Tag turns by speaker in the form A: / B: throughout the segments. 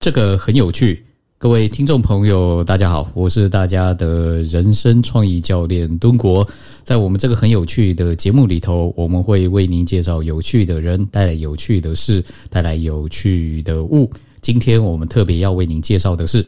A: 这个很有趣。各位听众朋友，大家好，我是大家的人生创意教练敦国。在我们这个很有趣的节目里头，我们会为您介绍有趣的人，带来有趣的事，带来有趣的物。今天我们特别要为您介绍的是。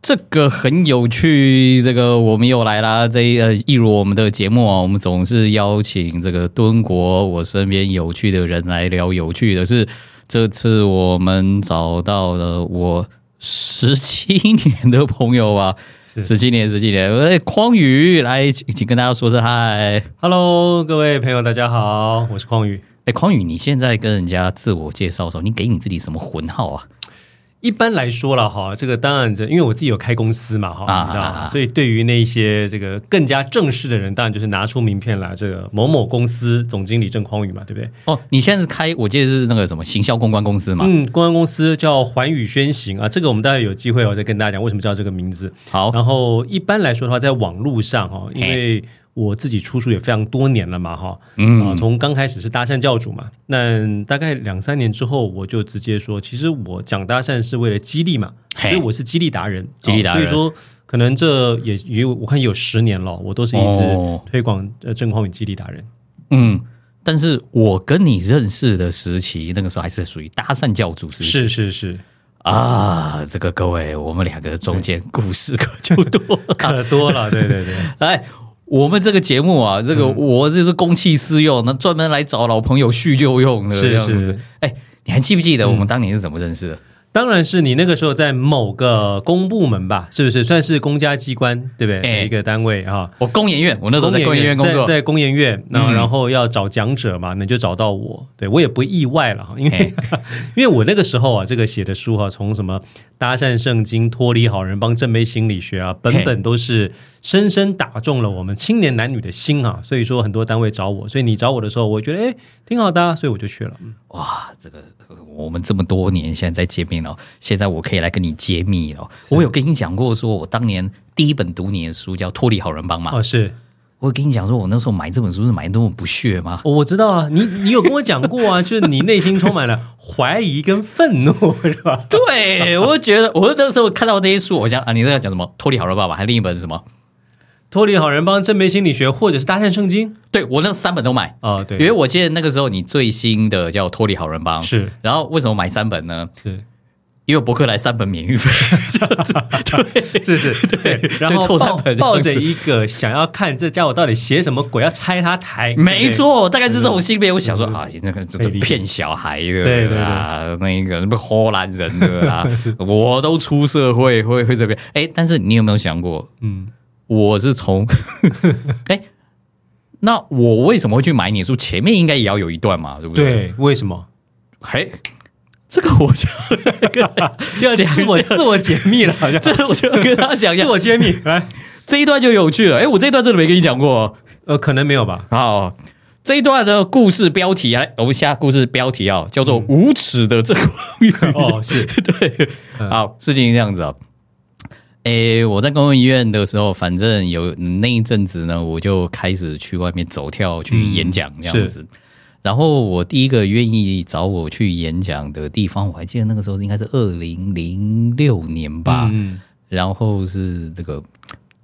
B: 这个很有趣，这个我们又来啦。这一呃，一如我们的节目啊，我们总是邀请这个敦国我身边有趣的人来聊有趣的事。这次我们找到了我十七年的朋友啊，十七年，十七年，哎，匡宇，来，请请跟大家说声嗨。
C: Hello，各位朋友，大家好，我是匡宇。
B: 哎，匡宇，你现在跟人家自我介绍的时候，你给你自己什么魂号啊？
C: 一般来说了哈，这个当然这，因为我自己有开公司嘛哈，
B: 啊
C: 你知道
B: 啊啊
C: 吗？所以对于那一些这个更加正式的人，当然就是拿出名片来，这个某某公司总经理郑匡宇嘛，对不对？
B: 哦，你现在是开，我记得是那个什么行销公关公司嘛。
C: 嗯，公关公司叫环宇宣行啊，这个我们待会有机会我再跟大家讲为什么叫这个名字。
B: 好，
C: 然后一般来说的话，在网络上哈，因为我自己出书也非常多年了嘛哈，啊，
B: 嗯，
C: 从刚开始是搭讪教主嘛，那大概两三年之后，我就直接说，其实我讲搭讪是为了激励嘛，
B: 嘿
C: 因为我是激励达人，
B: 激励达人
C: 哦所以说可能这也也有我看有十年了，我都是一直
B: 哦
C: 推广呃郑匡宇激励达人。
B: 嗯，但是我跟你认识的时期，那个时候还是属于搭讪教主时期
C: 是是是，
B: 啊。这个各位，我们两个中间故事可就多了。
C: 可多了，对对对，
B: 来，我们这个节目啊，这个我就是公器私用，那专门来找老朋友叙旧用的。
C: 是
B: 这样子
C: 是。
B: 哎，你还记不记得我们当年是怎么认识的？
C: 当然是你那个时候在某个公部门吧，是不是算是公家机关对不对？
B: 哎
C: 一个单位哦哈。
B: 我工研院，我那时候在工研院工作
C: 在。在工研院，然后
B: 嗯
C: 然后要找讲者嘛，那就找到我，对我也不意外了哈，因为 因为我那个时候啊，这个写的书哈、从什么搭讪圣经、脱离好人帮、正妹心理学啊，本本都是深深打中了我们青年男女的心啊，所以说很多单位找我，所以你找我的时候，我觉得哎挺好的、啊，所以我就去了。
B: 嗯哇，这个呃我们这么多年现在在见面了，现在我可以来跟你揭秘了。我有跟你讲过，说我当年第一本读你的书叫《脱离好人帮》嘛，
C: 哦，是
B: 我跟你讲说，我那时候买这本书是买那么不屑吗？
C: 我知道啊，你你有跟我讲过啊， 就是你内心充满了怀疑跟愤怒，是吧？
B: 对，我就觉得我那时候看到那些书，我想啊，你在讲什么？脱离好人爸爸，还另一本是什么？
C: 脱离好人帮、正妹心理学，或者是搭讪圣经
B: 对我那三本都买，
C: 啊、哦，对，
B: 因为我记得那个时候你最新的叫《脱离好人帮》，
C: 是
B: 然后为什么买三本呢？
C: 是
B: 因为博客来三本免运 费，
C: 是是，对，然
B: 所以
C: 后
B: 凑三
C: 抱
B: 本这样
C: 抱
B: 子
C: 着一个想要看这家伙到底写什么鬼，要拆他台，
B: 没
C: 对不对，
B: 错，大概是这种性别。我想说啊，那个这
C: 可以理解
B: 骗小孩的
C: 对对
B: 啊，那个那荷兰人的啦， 我都出社会会会这边。哎，但是你有没有想过，
C: 嗯，
B: 我是从， 哎，那我为什么会去买你的书？前面应该也要有一段嘛，对不对？
C: 对，为 什么
B: 嘿，这个我就
C: 要
B: 讲一
C: 自我
B: 下
C: 自我解 密了？好像
B: 这个我就跟大家讲 一下
C: 自，我揭秘，
B: 哎
C: 来，
B: 这一段就有趣了。哎，我这一段真的没跟你讲过哦
C: 呃，可能没有 吧，
B: 好，这一段的故事标题啊，我们下故事标题啊，叫做《无耻的郑光宇》
C: 哦， 是，
B: 对，好，事情是这样子啊。诶，我在公立医院的时候，反正有那一阵子呢，我就开始去外面走跳、去演讲这样子。然后我第一个愿意找我去演讲的地方，我还记得那个时候应该是二零零六年吧，
C: 嗯，
B: 然后是这个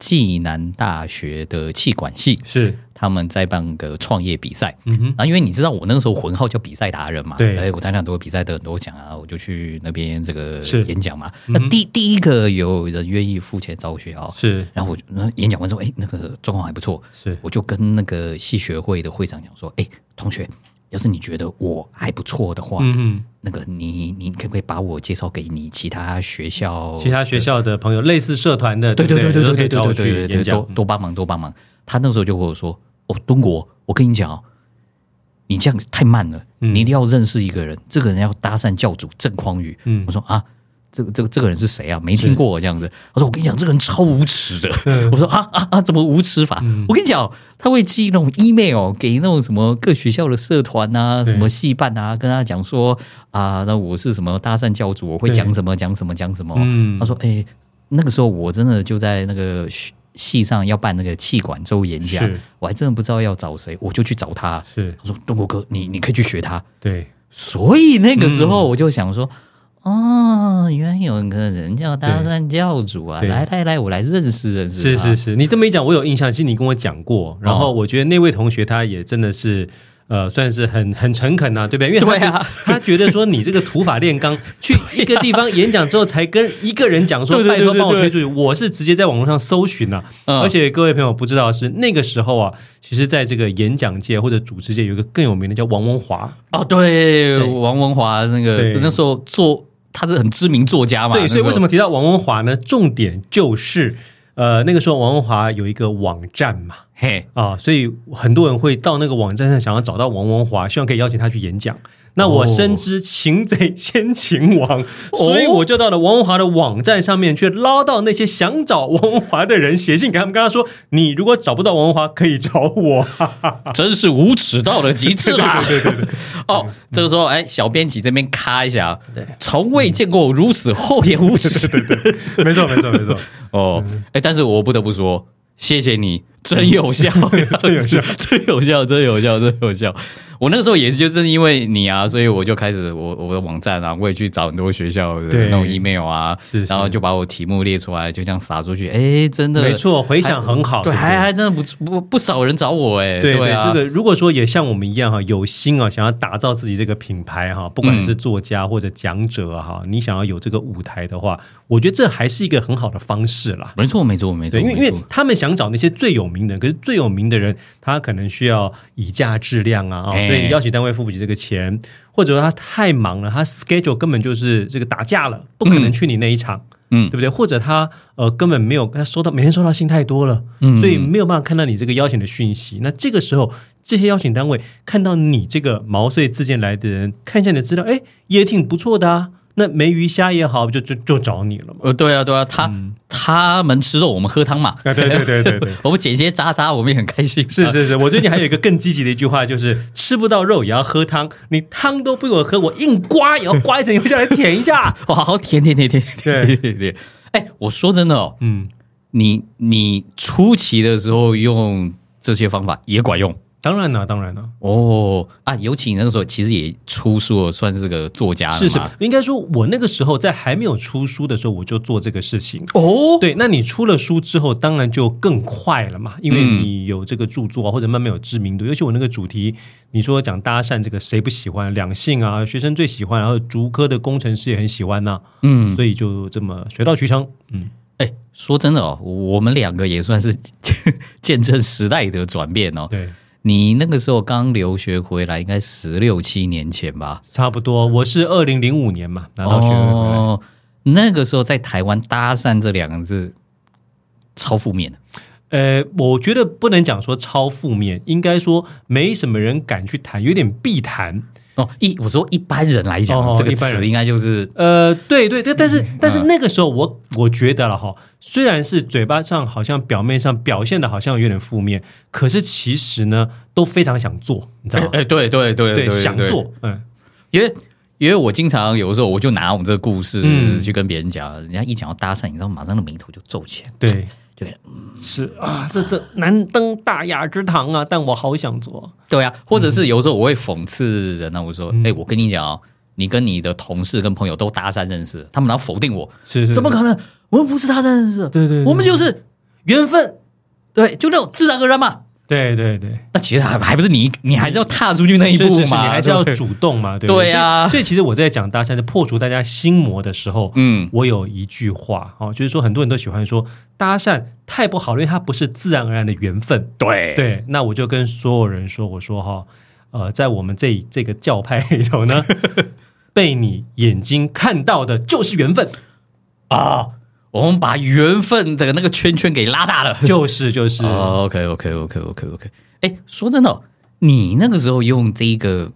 B: 暨南大学的气管系，
C: 是，
B: 他们在办个创业比赛。
C: 嗯哼，
B: 啊，因为你知道我那个时候混号叫比赛达人嘛，
C: 对
B: 哎，我参加很多比赛得很多奖啊，我就去那边这个
C: 是嗯
B: 演讲嘛。那第第一个有人愿意付钱找我学哦，
C: 是
B: 然后我就那演讲完之后，哎，那个状况还不错，
C: 是，
B: 我就跟那个系学会的会长讲说，哎，同学，要是你觉得我还不错的话，
C: 嗯
B: 那个你你可不可以把我介绍给你其他学校
C: 嗯，？其他学校的朋友，类似社团的，
B: 对
C: 对
B: 对哦对
C: 不
B: 对对对
C: 都可
B: 对
C: 以找我
B: 对
C: 去
B: 对，
C: 演
B: 多
C: 讲，
B: 多帮忙多帮忙。他那时候就跟我说：“哦，敦国，我跟你讲哦，你这样子太慢了，
C: 嗯
B: 你一定要认识一个人，这个人要搭讪教主郑匡宇。”
C: 嗯
B: 我说啊。这个这个这个人是谁啊？没听过这样子。他说：“我跟你讲，这个人超无耻的。我说：“啊啊啊，怎么无耻法？
C: 嗯
B: 我跟你讲，哦他会寄那种 email 哦给那种什么各学校的社团啊、
C: 对
B: 什么系办啊，跟他讲说啊，那我是什么搭讪教主，我会
C: 对
B: 讲什么讲什么讲什么。哦
C: 嗯
B: 他说：“哎、那个时候我真的就在那个学系上要办那个气管周演讲
C: 是，
B: 我还真的不知道要找谁，我就去找他。
C: 是
B: 他说：“东国哥，你你可以去学他。”
C: 对，
B: 所以那个时
C: 嗯
B: 候我就想说，哦，原来有个人叫搭讪教主啊！
C: 对
B: 来来来，我来认识认识。
C: 是是，是，你这么一讲，我有印象，其实你跟我讲过，然
B: 哦
C: 后我觉得那位同学他也真的是。呃，算是很很诚恳呐、对不对？因为他
B: 对
C: 觉、
B: 啊
C: 他觉得说你这个土法炼钢，去一个地方演讲之后，才跟一个人讲说，
B: 对对
C: 拜
B: 对
C: 托帮我
B: 对
C: 推出去。我是直接在网络上搜寻呐、
B: 嗯
C: 而且各位朋友不知道的是那个时候啊，其实在这个演讲界或者主持界有一个更有名的叫王文华，
B: 哦，对，王文华那
C: 对
B: 个那时候做，他是很知名作家嘛。
C: 对，所以为什
B: 么
C: 么提到王文华呢？重点就是，呃，那个时候王文华有一个网站嘛，
B: 嘿？
C: 啊，所以很多人会到那个网站上，想要找到王文华，希望可以邀请他去演讲。那我深知擒贼 先擒王，所以我就到了王文华的网站上面去捞到那些想找王文华的人，写信给他们，跟他说：“你如果找不到王文华，可以找我。
B: 真是无耻到了极致啦！对对对哦，这个时候，哎，小编辑这边咔一下，从未见过如此厚颜无 耻。
C: 没错，没错，没错。
B: 哦，
C: 嗯
B: 哎，但是我不得不说，谢谢你，真有 效，真
C: 有效，
B: 真有效，真有效，真有效。我那个时候也是，就正因为你啊，所以我就开始我我的网站啊，我也去找很多学校的
C: 对
B: 那种 email 啊，
C: 是是
B: 然后就把我题目列出来，就这样撒出去。哎，真的
C: 没，错，回响很好，
B: 对，
C: 对不对
B: 还还真的不不不少人找我哎，
C: 对对，
B: 啊，
C: 这个如果说也像我们一样哈，有心啊，想要打造自己这个品牌哈，不管是作家或者讲者哈，你想要有这个舞台的话，我觉得这还是一个很好的方式啦。
B: 没错没错没错，
C: 对，因为因
B: 没
C: 为
B: 错
C: 他们想找那些最有名的人，可是最有名的人他可能需要以价质量啊，啊
B: 哎
C: 所以邀请单位付不起这个钱，或者说他太忙了，他 schedule 根本就是这个打架了，不可能去你那一场。
B: 嗯
C: 对不对？或者他呃根本没有他收到每天收到信太多了，
B: 嗯
C: 所以没有办法看到你这个邀请的讯息。那这个时候，这些邀请单位看到你这个毛遂自荐来的人，看一下你的资料，哎，也挺不错的啊。那梅鱼虾也好，就就就找你了嘛。
B: 呃对啊对啊，他他们吃肉，我们喝汤嘛，
C: 嗯啊，对对对对对。
B: 我们捡些渣渣，我们也很开心，
C: 是是是，我最近还有一个更积极的一句话，就是吃不到肉也要喝汤，你汤都不给我喝，我硬刮也要刮一层油下来 舔一下。
B: 哇，好甜甜甜甜甜甜甜甜！哎，我说真的哦，
C: 嗯，
B: 你你初期的时候用这些方法也管用
C: 当然了，当然了。
B: 哦啊，尤其你那个时候其实也出书了，算是个作家了嘛
C: 是是，应该说，我那个时候在还没有出书的时候，我就做这个事情。
B: 哦，
C: 对，那你出了书之后，当然就更快了嘛，因为
B: 嗯
C: 你有这个著作啊，或者慢慢有知名度。尤其我那个主题，你说讲搭讪这个，谁不喜欢？两性啊，学生最喜欢，然后竹科的工程师也很喜欢呐、
B: 嗯，
C: 所以就这么水到渠成。嗯，
B: 哎，说真的哦，我们两个也算是 见证时代的转变哦。
C: 对，
B: 你那个时候刚留学回来，应该十六七年前吧？
C: 差不多。我是二零零五年嘛拿到学位回来，
B: 哦，那个时候在台湾“搭讪”这两个字超负面的。
C: 呃，我觉得不能讲说超负面，应该说没什么人敢去谈，有点避谈。
B: 哦，一我说一般人来讲，啊
C: 哦
B: 这个
C: 一般人
B: 词应该就是
C: 呃，对对对，但是但是那个时候我我觉得了哈，虽然是嘴巴上好像表面上表现的好像有点负面，可是其实呢都非常想做，你知道吗？
B: 哎，对对对
C: 对，想，做，嗯，
B: 因为因为我经常有的时候我就拿我们这个故事
C: 嗯
B: 去跟别人讲，人家一讲到搭讪，你知道，马上的眉头就皱起来，
C: 对，
B: 就感觉
C: 是啊，这这难登大雅之堂啊，但我好想做，
B: 对啊，或者是有时候我会讽刺人呢、我说，
C: 嗯
B: 哎，我跟你讲哦，你跟你的同事跟朋友都搭讪认识，他们然后否定我，
C: 是是，
B: 怎么可能？我们不是搭讪认识的，
C: 对对对
B: 我们就是缘分，对，就那种自然而然嘛。
C: 对对对，
B: 那其实还还不是你，你还是要踏出去那一步
C: 是
B: 嘛，
C: 是是，你还是要
B: 对
C: 主动嘛，对不
B: 对啊
C: 所以所以其实我在讲搭讪，是破除大家心魔的时候，
B: 嗯，
C: 我有一句话哦，就是说很多人都喜欢说搭讪太不好了，因为它不是自然而然的缘分。
B: 对
C: 对，那我就跟所有人说，我说哈，呃，在我们这这个教派里 头呢，被你眼睛看到的就是缘 分，
B: 啊，我们把缘分的那个圈圈给拉大了。
C: 就是就是。
B: 哦、OK OK OK OK OK。哎，说真的哦、你那个时候用这一个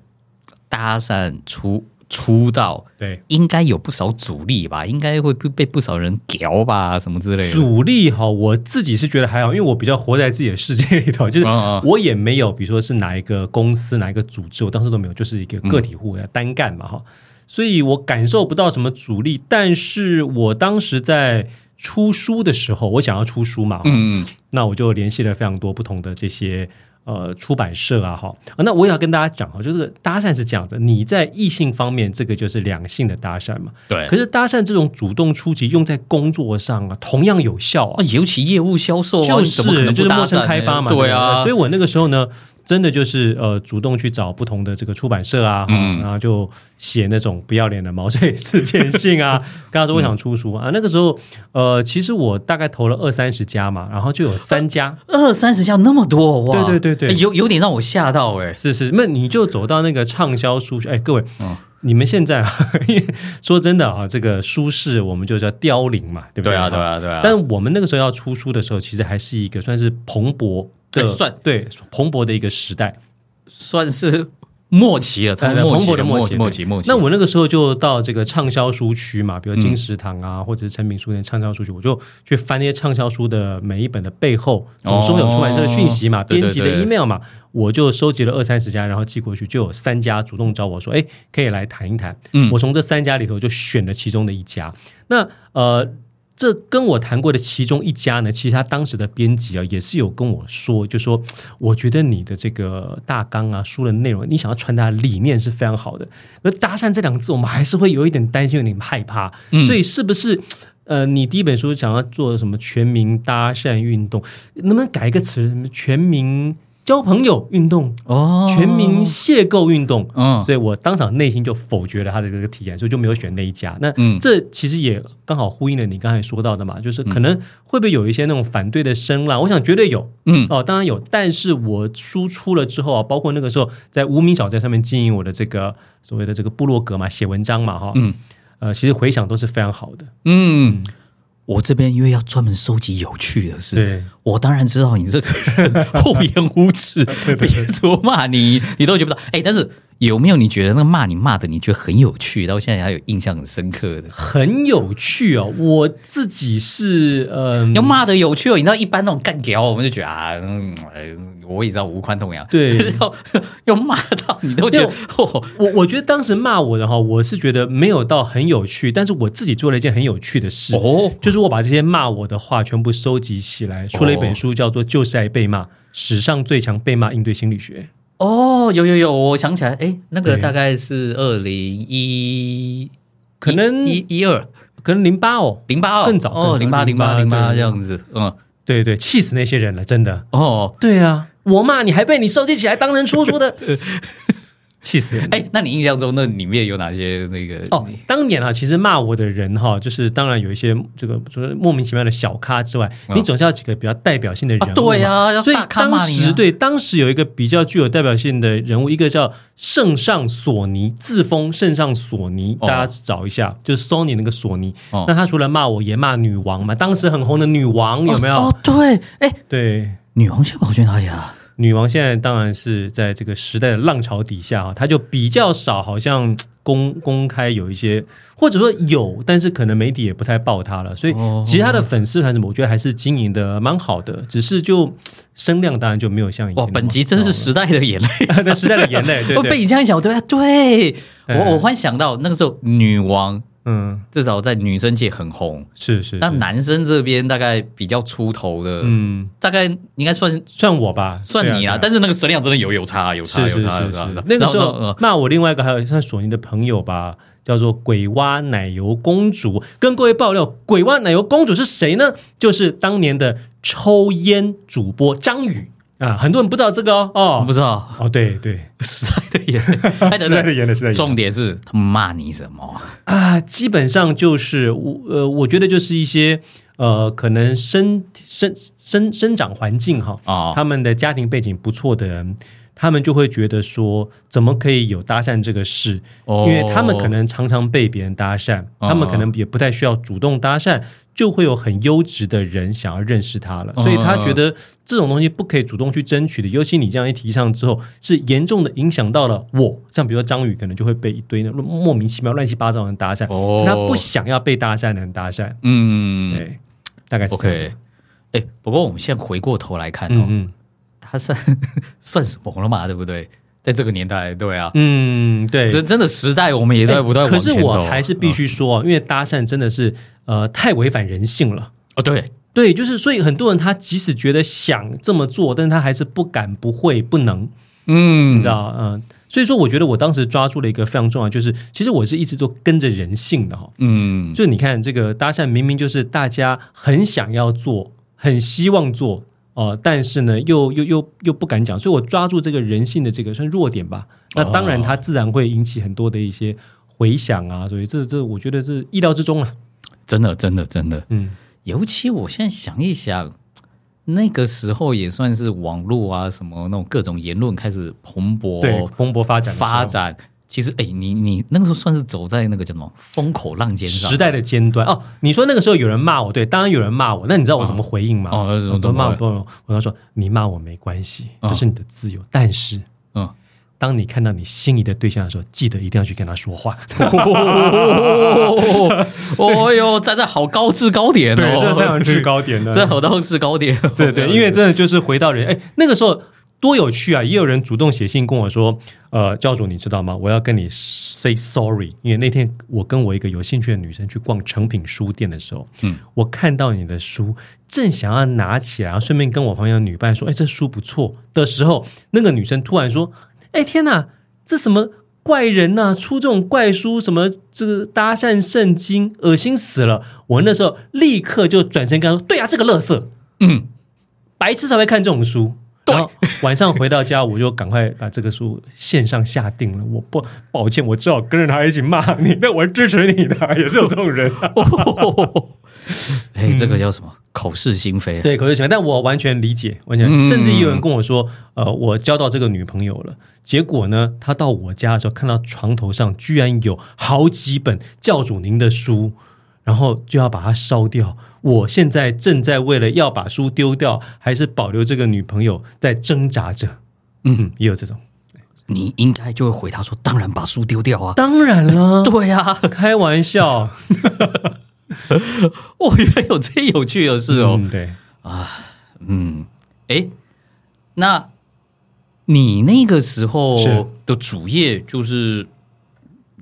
B: 搭讪出出道，
C: 对，
B: 应该有不少阻力吧？应该会被被不少人屌吧，什么之类的。
C: 阻力哈，我自己是觉得还好，因为我比较活在自己的世界里头，就是
B: 嗯嗯
C: 我也没有，比如说是哪一个公司、哪一个组织，我当时都没有，就是一个个体户、单干嘛哈，所以我感受不到什么阻力。但是我当时在出书的时候，我想要出书嘛，哈
B: 嗯，
C: 那我就联系了非常多不同的这些呃出版社啊，哈、啊那我也要跟大家讲哈，就是搭讪是这样子，你在异性方面，这个就是两性的搭讪嘛。
B: 对
C: 可。是搭讪这种主动出击用在工作上啊，同样有效
B: 哦，
C: 啊，
B: 尤其业务销售啊，
C: 就
B: 你
C: 是
B: 怎么可能
C: 就
B: 不
C: 是
B: 搭
C: 陌
B: 讪
C: 生
B: 呢
C: 开发嘛，
B: 对
C: 不
B: 啊，
C: 所以我那个时候呢。真的就是呃，主动去找不同的这个出版社啊，哈
B: 嗯
C: 然后就写那种不要脸的毛遂自荐 信啊，跟他说我想出
B: 嗯
C: 书啊。那个时候呃，其实我大概投了二三十家嘛，然后就有三家，
B: 二三十家那么多哇！
C: 对对对对
B: 哎有有点让我吓到哎、
C: 是是，那你就走到那个畅销书去。哎，各位，
B: 嗯
C: 你们现在啊， 因为说真的啊，这个书市我们就叫凋零嘛，对不
B: 啊
C: 啊，
B: 对。啊对啊！
C: 但我们那个时候要出书的时候，其实还是一个算是蓬勃的，
B: 哎算
C: 对蓬勃的一个时代，
B: 算是末期了，才
C: 哎
B: 末期
C: 蓬勃的
B: 末
C: 末期
B: 末期末期。
C: 那我那个时候就到这个畅销书区嘛，比如金石堂
B: 嗯
C: 啊，或者是成品书店畅销书区，我就去翻那些畅销书的每一本的背后，总是会有出版社的讯息嘛，
B: 哦对对
C: 编辑的
B: 对
C: email 嘛，我就收集了二三十家，然后寄过去，就有三家主动找我说，哎，可以来谈一谈。
B: 嗯
C: 我从这三家里头就选了其中的一家。那呃。这跟我谈过的其中一家呢，其实他当时的编辑啊，也是有跟我说，就说我觉得你的这个大纲啊，书的内容，你想要传达的理念是非常好的。而搭讪这两个字，我们还是会有一点担心，有点害怕。
B: 嗯
C: 所以是不是呃，你第一本书想要做什么全民搭讪运动，能不能改一个词，什么全民交朋友运动、
B: 哦，
C: 全民邂逅运动？
B: 嗯
C: 所以我当场内心就否决了他的这个提案，所以就没有选那一家。那
B: 嗯
C: 这其实也刚好呼应了你刚才说到的嘛，就是可能会不会有一些那种反对的声浪？我想绝对有，
B: 嗯
C: 哦，当然有，但是我输出了之后啊，包括那个时候在无名小站上面经营我的这个所谓的这个部落格嘛，写文章嘛，哈，
B: 嗯，
C: 呃，其实回响都是非常好的，
B: 嗯，我这边因为要专门收集有趣的事，
C: 对，
B: 我当然知道你这个人厚颜无 耻，别说骂你，你都觉不到。哎，但是有没有你觉得那个骂你骂的，你觉得很有趣，到现在还有印象很深刻的？
C: 很有趣哦。我自己是，嗯、
B: 要骂的有趣哦，你知道一般那种干屌，我们就觉得啊，嗯，哎我也知道无关痛痒，
C: 对
B: 可是要 要骂到你 都觉得
C: 因为
B: 哦，
C: 我我觉得当时骂我的哈，我是觉得没有到很有趣，但是我自己做了一件很有趣的事，
B: 哦
C: 就是我把这些骂我的话全部收集起来，出了一本书，叫做《就是爱被骂：史上最强被骂应对心理学》。
B: 哦，有有有，我想起来，哎，那个
C: 对
B: 大概是二零一，
C: 可能
B: 一一二
C: 可能零八哦，
B: 零八
C: 更早
B: 哦，零
C: 更
B: 八
C: 早
B: 零八
C: 08
B: 零八
C: 对
B: 这样子，嗯，
C: 对对，气死那些人了，真的。
B: 哦，
C: 对啊，我骂你还被你收集起来当成出书的， 气死人！
B: 哎，那你印象中那里面有哪些那个？
C: 哦，当年啊，其实骂我的人哈、就是当然有一些这个就是莫名其妙的小咖之外，
B: 嗯
C: 你总是要几个比较代表性的人物嘛、
B: 啊对啊要
C: 所以
B: 大咖骂你啊
C: 当时对当时有一个比较具有代表性的人物，一个叫圣上索尼，自封圣上索尼，
B: 哦
C: 大家找一下，就是 Sony 那个索尼。
B: 哦
C: 那他除了骂我，也骂女王嘛，当时很红的女王有没有？
B: 哦，对，哎，
C: 对。
B: 女王现在跑去哪里了？
C: 女王现在当然是在这个时代的浪潮底下啊，她就比较少，好像嘖公公开有一些，或者说有，但是可能媒体也不太报她了。所以
B: 哦
C: 其实她的粉丝团什么，我觉得还是经营的蛮好的，只是就嘖声量当然就没有像以前那
B: 哇，
C: 么。
B: 本集真是时代的眼泪。
C: 高了那时代的眼泪， 对
B: 我
C: 对
B: 被你这样讲，对啊，对我
C: 嗯
B: 我幻想到那个时候，女王
C: 嗯，
B: 至少在女生界很红，
C: 是是，
B: 那
C: 是
B: 男生这边大概比较出头的，
C: 嗯，
B: 大概应该算
C: 算我吧，
B: 算
C: 对啊
B: 你啦，
C: 对
B: 但是那个声量真的有有差，有差，
C: 是
B: 有
C: 是是
B: 差，有
C: 是
B: 差。有差
C: 是，那个时
B: 然后
C: 候呃骂我另外一个还有像索尼的朋友吧，叫做鬼蛙奶油公主。跟各位爆料，鬼蛙奶油公主是谁呢？就是当年的抽烟主播张宇啊，很多人不知道这个哦。
B: 呃不
C: 哦，
B: 知道
C: 哦对对，
B: 时代的眼泪，哎等
C: 时代的
B: 等，
C: 眼泪，时代的眼泪
B: 重点是他骂你什么？
C: 啊，基本上就是我呃，我觉得就是一些呃，可能生生生生长环境哈，
B: 哦
C: 他们的家庭背景不错的人，他们就会觉得说，怎么可以有搭讪这个事？
B: 哦
C: 因为他们可能常常被别人搭讪，
B: 哦
C: 他们可能也不太需要主动搭讪，就会有很优质的人想要认识他了，
B: 啊
C: 所以他觉得这种东西不可以主动去争取的。尤其你这样一提倡之后，是严重的影响到了我，像比如说张宇，可能就会被一堆那种莫名其妙、乱七八糟的人搭讪，
B: 哦
C: 是他不想要被搭讪的人搭讪。
B: 嗯
C: 对，大概是这样
B: ，OK。哎，不过我们现在回过头来看
C: 嗯
B: 哦，
C: 嗯，
B: 他算算什么了嘛？对不对？在这个年代，对啊，
C: 嗯，对，哎
B: 真真的时代我们也在不断
C: 可
B: 往
C: 是
B: 前走啊。
C: 我还是必须说啊，因为搭讪真的是呃太违反人性了。
B: 哦，对，
C: 对，就是所以很多人他即使觉得想这么做，但是他还是不敢、不会、不能，
B: 嗯
C: 你知，道？嗯、所以说我觉得我当时抓住了一个非常重要，就是其实我是一直都跟着人性的哈、
B: 嗯，
C: 就你看这个搭讪，明明就是大家很想要做，很希望做哦、但是呢，又又又又不敢讲，所以我抓住这个人性的这个算弱点吧。那当然，
B: 哦
C: 它自然会引起很多的一些回响啊，所以这这我觉得是意料之中了、
B: 真的，真的，真的，
C: 嗯，
B: 尤其我现在想一想，那个时候也算是网络啊，什么那种各种言论开始蓬
C: 对，
B: 勃
C: 蓬勃发展的时候
B: 发展。其实，哎、你你那个时候算是走在那个叫什么风口浪尖上，
C: 时代的尖端哦。你说那个时候有人骂我，对，当然有人骂我。那你知道我怎么回应吗？
B: 哦哦怎么
C: 很多骂我，
B: 怎
C: 不，我要说你骂我没关系，
B: 哦
C: 这是你的自由。但是，
B: 嗯，
C: 当你看到你心仪的对象的时候，记得一定要去跟他说话。
B: 哦， 哦哟，站在好高制高点哦，
C: 这非 常制，高点的。
B: 这好高制高点哦，
C: 对对，因为真的就是回到人，哎，那个时候多有趣啊！也有人主动写信跟我说，呃，教主你知道吗？我要跟你 say sorry，因为那天我跟我一个有兴趣的女生去逛诚品书店的时候，嗯，我看到你的书，正想要拿起来，然后顺便跟我旁边的女伴说，哎，这书不错的时候，那个女生突然说，哎，天哪，这什么？怪人呐、出这种怪书，什么这个搭讪圣经，恶心死了！我那时候立刻就转身跟她说：“对啊，这个垃圾。”
B: 嗯
C: 白痴才会看这种书。然后晚上回到家，我就赶快把这个书线上下定了。我不抱歉，我只好跟着他一起骂你，但我是支持你的，也是有这种人、啊
B: 哎，这个叫什么？口是心非，啊
C: 对，口是心非，但我完全理解，完全，
B: 嗯
C: 甚至也有人跟我说，呃，我交到这个女朋友了，结果呢，她到我家的时候，看到床头上居然有好几本教主您的书，然后就要把它烧掉。我现在正在为了要把书丢掉，还是保留这个女朋友在挣扎着。嗯，也有这种，
B: 你应该就会回答说，当然把书丢掉啊，，
C: 当然啦
B: 对呀、啊，
C: 开玩 笑，
B: 哦，原来有这有趣的事哦，
C: 嗯对，
B: 嗯，哎、那你那个时
C: 是
B: 候的主业就是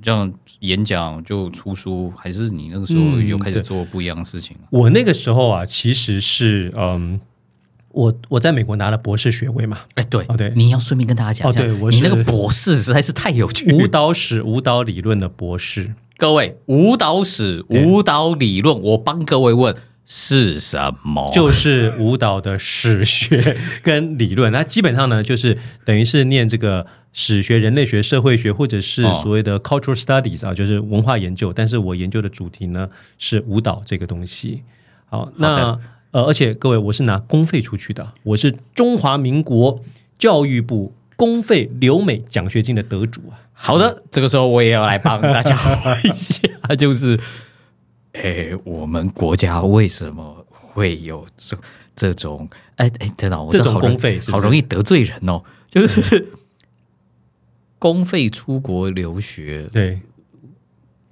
B: 这样演讲就出书，还是你那个时候
C: 嗯
B: 又开始
C: 对
B: 做不一样的事情啊？
C: 我那个时候啊，其实是嗯，我我在美国拿了博士学位嘛，
B: 哎、对，
C: 哦对
B: 你要顺便跟大家讲一下，
C: 哦对我
B: 你
C: 是
B: 那个博士实在是太有 趣
C: 舞
B: 了。
C: 蹈史、舞蹈理论的博士。
B: 各位，舞蹈史、
C: 对
B: 舞蹈理论，我帮各位问是什
C: 哦
B: 么？
C: 就是舞蹈的史学跟理论，那基本上呢，就是等于是念这个史学、人类学、社会学，或者是
B: 哦
C: 所谓的 cultural studies 啊，就是文化研究。但是我研究的主题呢是舞蹈这个东西。好，那呃，而且各位，我是拿公费出去的，我是中华民国教育部公费留美奖学金的得主啊。
B: 好的，这个时候我也要来帮大家回一下， 就是，哎，我们国家为什么会有这这种？哎哎，等等，我
C: 这种
B: 好容
C: 公费是不
B: 好
C: 是
B: 容易得罪人哦，就是公费出国留学，
C: 对，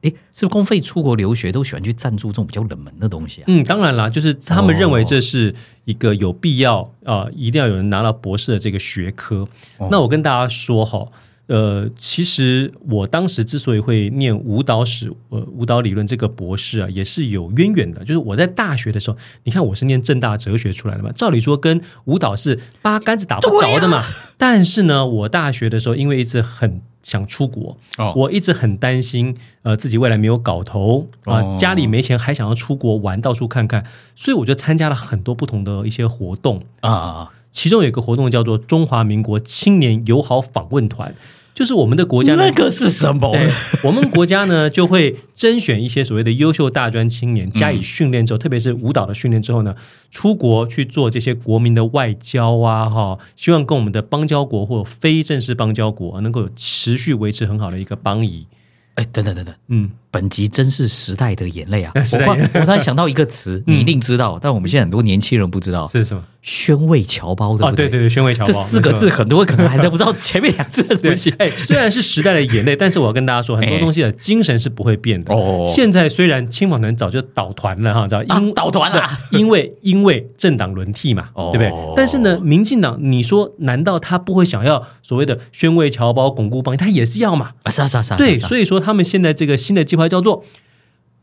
B: 哎，是不是公费出国留学都喜欢去赞助这种比较冷门的东西啊？
C: 嗯，当然啦，就是他们
B: 哦
C: 认为这是一个有必要啊、呃一定要有人拿到博士的这个学科。那我跟大家说哈，呃，其实我当时之所以会念舞蹈史、呃舞蹈理论这个博士啊，也是有渊源的。就是我在大学的时候，你看我是念正大哲学出来的嘛，照理说跟舞蹈是八竿子打不着的嘛。但是呢，我大学的时候因为一直很想出国，
B: 哦
C: 我一直很担心，呃，自己未来没有搞头啊、
B: 哦
C: 家里没钱，还想要出国玩，到处看看，所以我就参加了很多不同的一些活动，
B: 啊啊，啊
C: 其中有一个活动叫做中华民国青年友好访问团，就是我们的国家呢
B: 那个是什么？
C: 对，我们国家呢就会甄选一些所谓的优秀大专青
B: 嗯
C: 年，加以训练之后，特别是舞蹈的训练之后呢，出国去做这些国民的外交啊，哈，希望跟我们的邦交国或非正式邦交国能够有持续维持很好的一个邦谊。
B: 哎，等等等等，
C: 嗯，
B: 本集真是时代的眼泪啊！
C: 时
B: 我
C: 代
B: 忽
C: 眼泪
B: 然我突然想到一个词， 你一定知道，但我们现在很多年轻人不知道，
C: 是什么？
B: 宣慰侨胞，对
C: 哦，
B: 不
C: 对对
B: 对
C: 对，宣慰侨
B: 这
C: 胞
B: 四个
C: 没错
B: 字，很多人可能还都不知道前面两字是什
C: 对
B: 么写，。
C: 哎，虽然是时代的眼泪，但是我要跟大家说，很多
B: 哎
C: 东西的精神是不会变 的。
B: 哦
C: 现在虽然青访团早就倒团了哈，知道
B: 啊
C: 因、
B: 倒团了
C: 对因为因为政党轮替嘛，
B: 哦
C: 对不对？但是呢，民进党，你说难道他不会想要所谓的宣慰侨胞、巩固邦谊？他也是要嘛？
B: 啊，是啊是啊是啊，
C: 对，
B: 是啊
C: 所以说他们现在这个新的计划叫做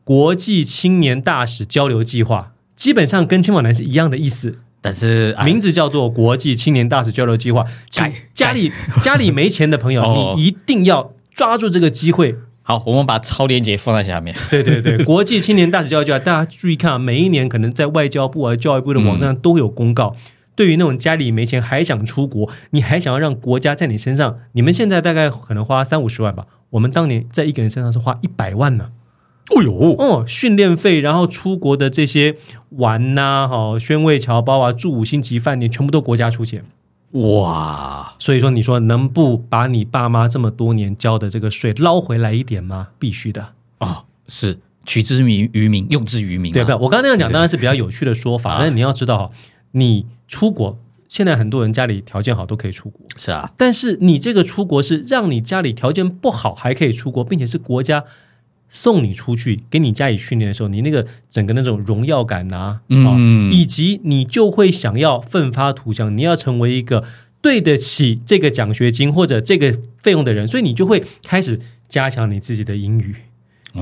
C: 国际青年大使交流计划。基本上跟青访团是一样的意思，
B: 但是啊
C: 名字叫做国际青年大使交流计划。请
B: 改
C: 家里 家里没钱的朋友
B: 哦，
C: 你一定要抓住这个机会。
B: 好，我们把超链接放在下面。
C: 对对对， 国际青年大使交流计划，大家注意看啊，每一年可能在外交部啊、教育部的网站都有公告。对于那种家里没钱还想出国，你还想要让国家在你身上，你们现在大概可能花三五十万吧，我们当年在一个人身上是花一百万呢、
B: 哦呦，
C: 哦，训练费，然后出国的这些玩呐、哈、哦，宣慰侨胞啊，住五星级饭店，全部都国家出钱。
B: 哇，
C: 所以说，你说能不把你爸妈这么多年交的这个税捞回来一点吗？必须的，
B: 哦，是取之于于民，用之于民、啊。
C: 对吧？我刚刚那样讲
B: 对
C: 当然是比较有趣的说法，
B: 啊
C: 但是你要知道哈，你出国，现在很多人家里条件好都可以出国，
B: 是啊，
C: 但是你这个出国是让你家里条件不好还可以出国，并且是国家。送你出去，给你加以训练的时候，你那个整个那种荣耀感呐、啊，哦
B: 嗯
C: 以及你就会想要奋发图强，你要成为一个对得起这个奖学金或者这个费用的人，所以你就会开始加强你自己的英语，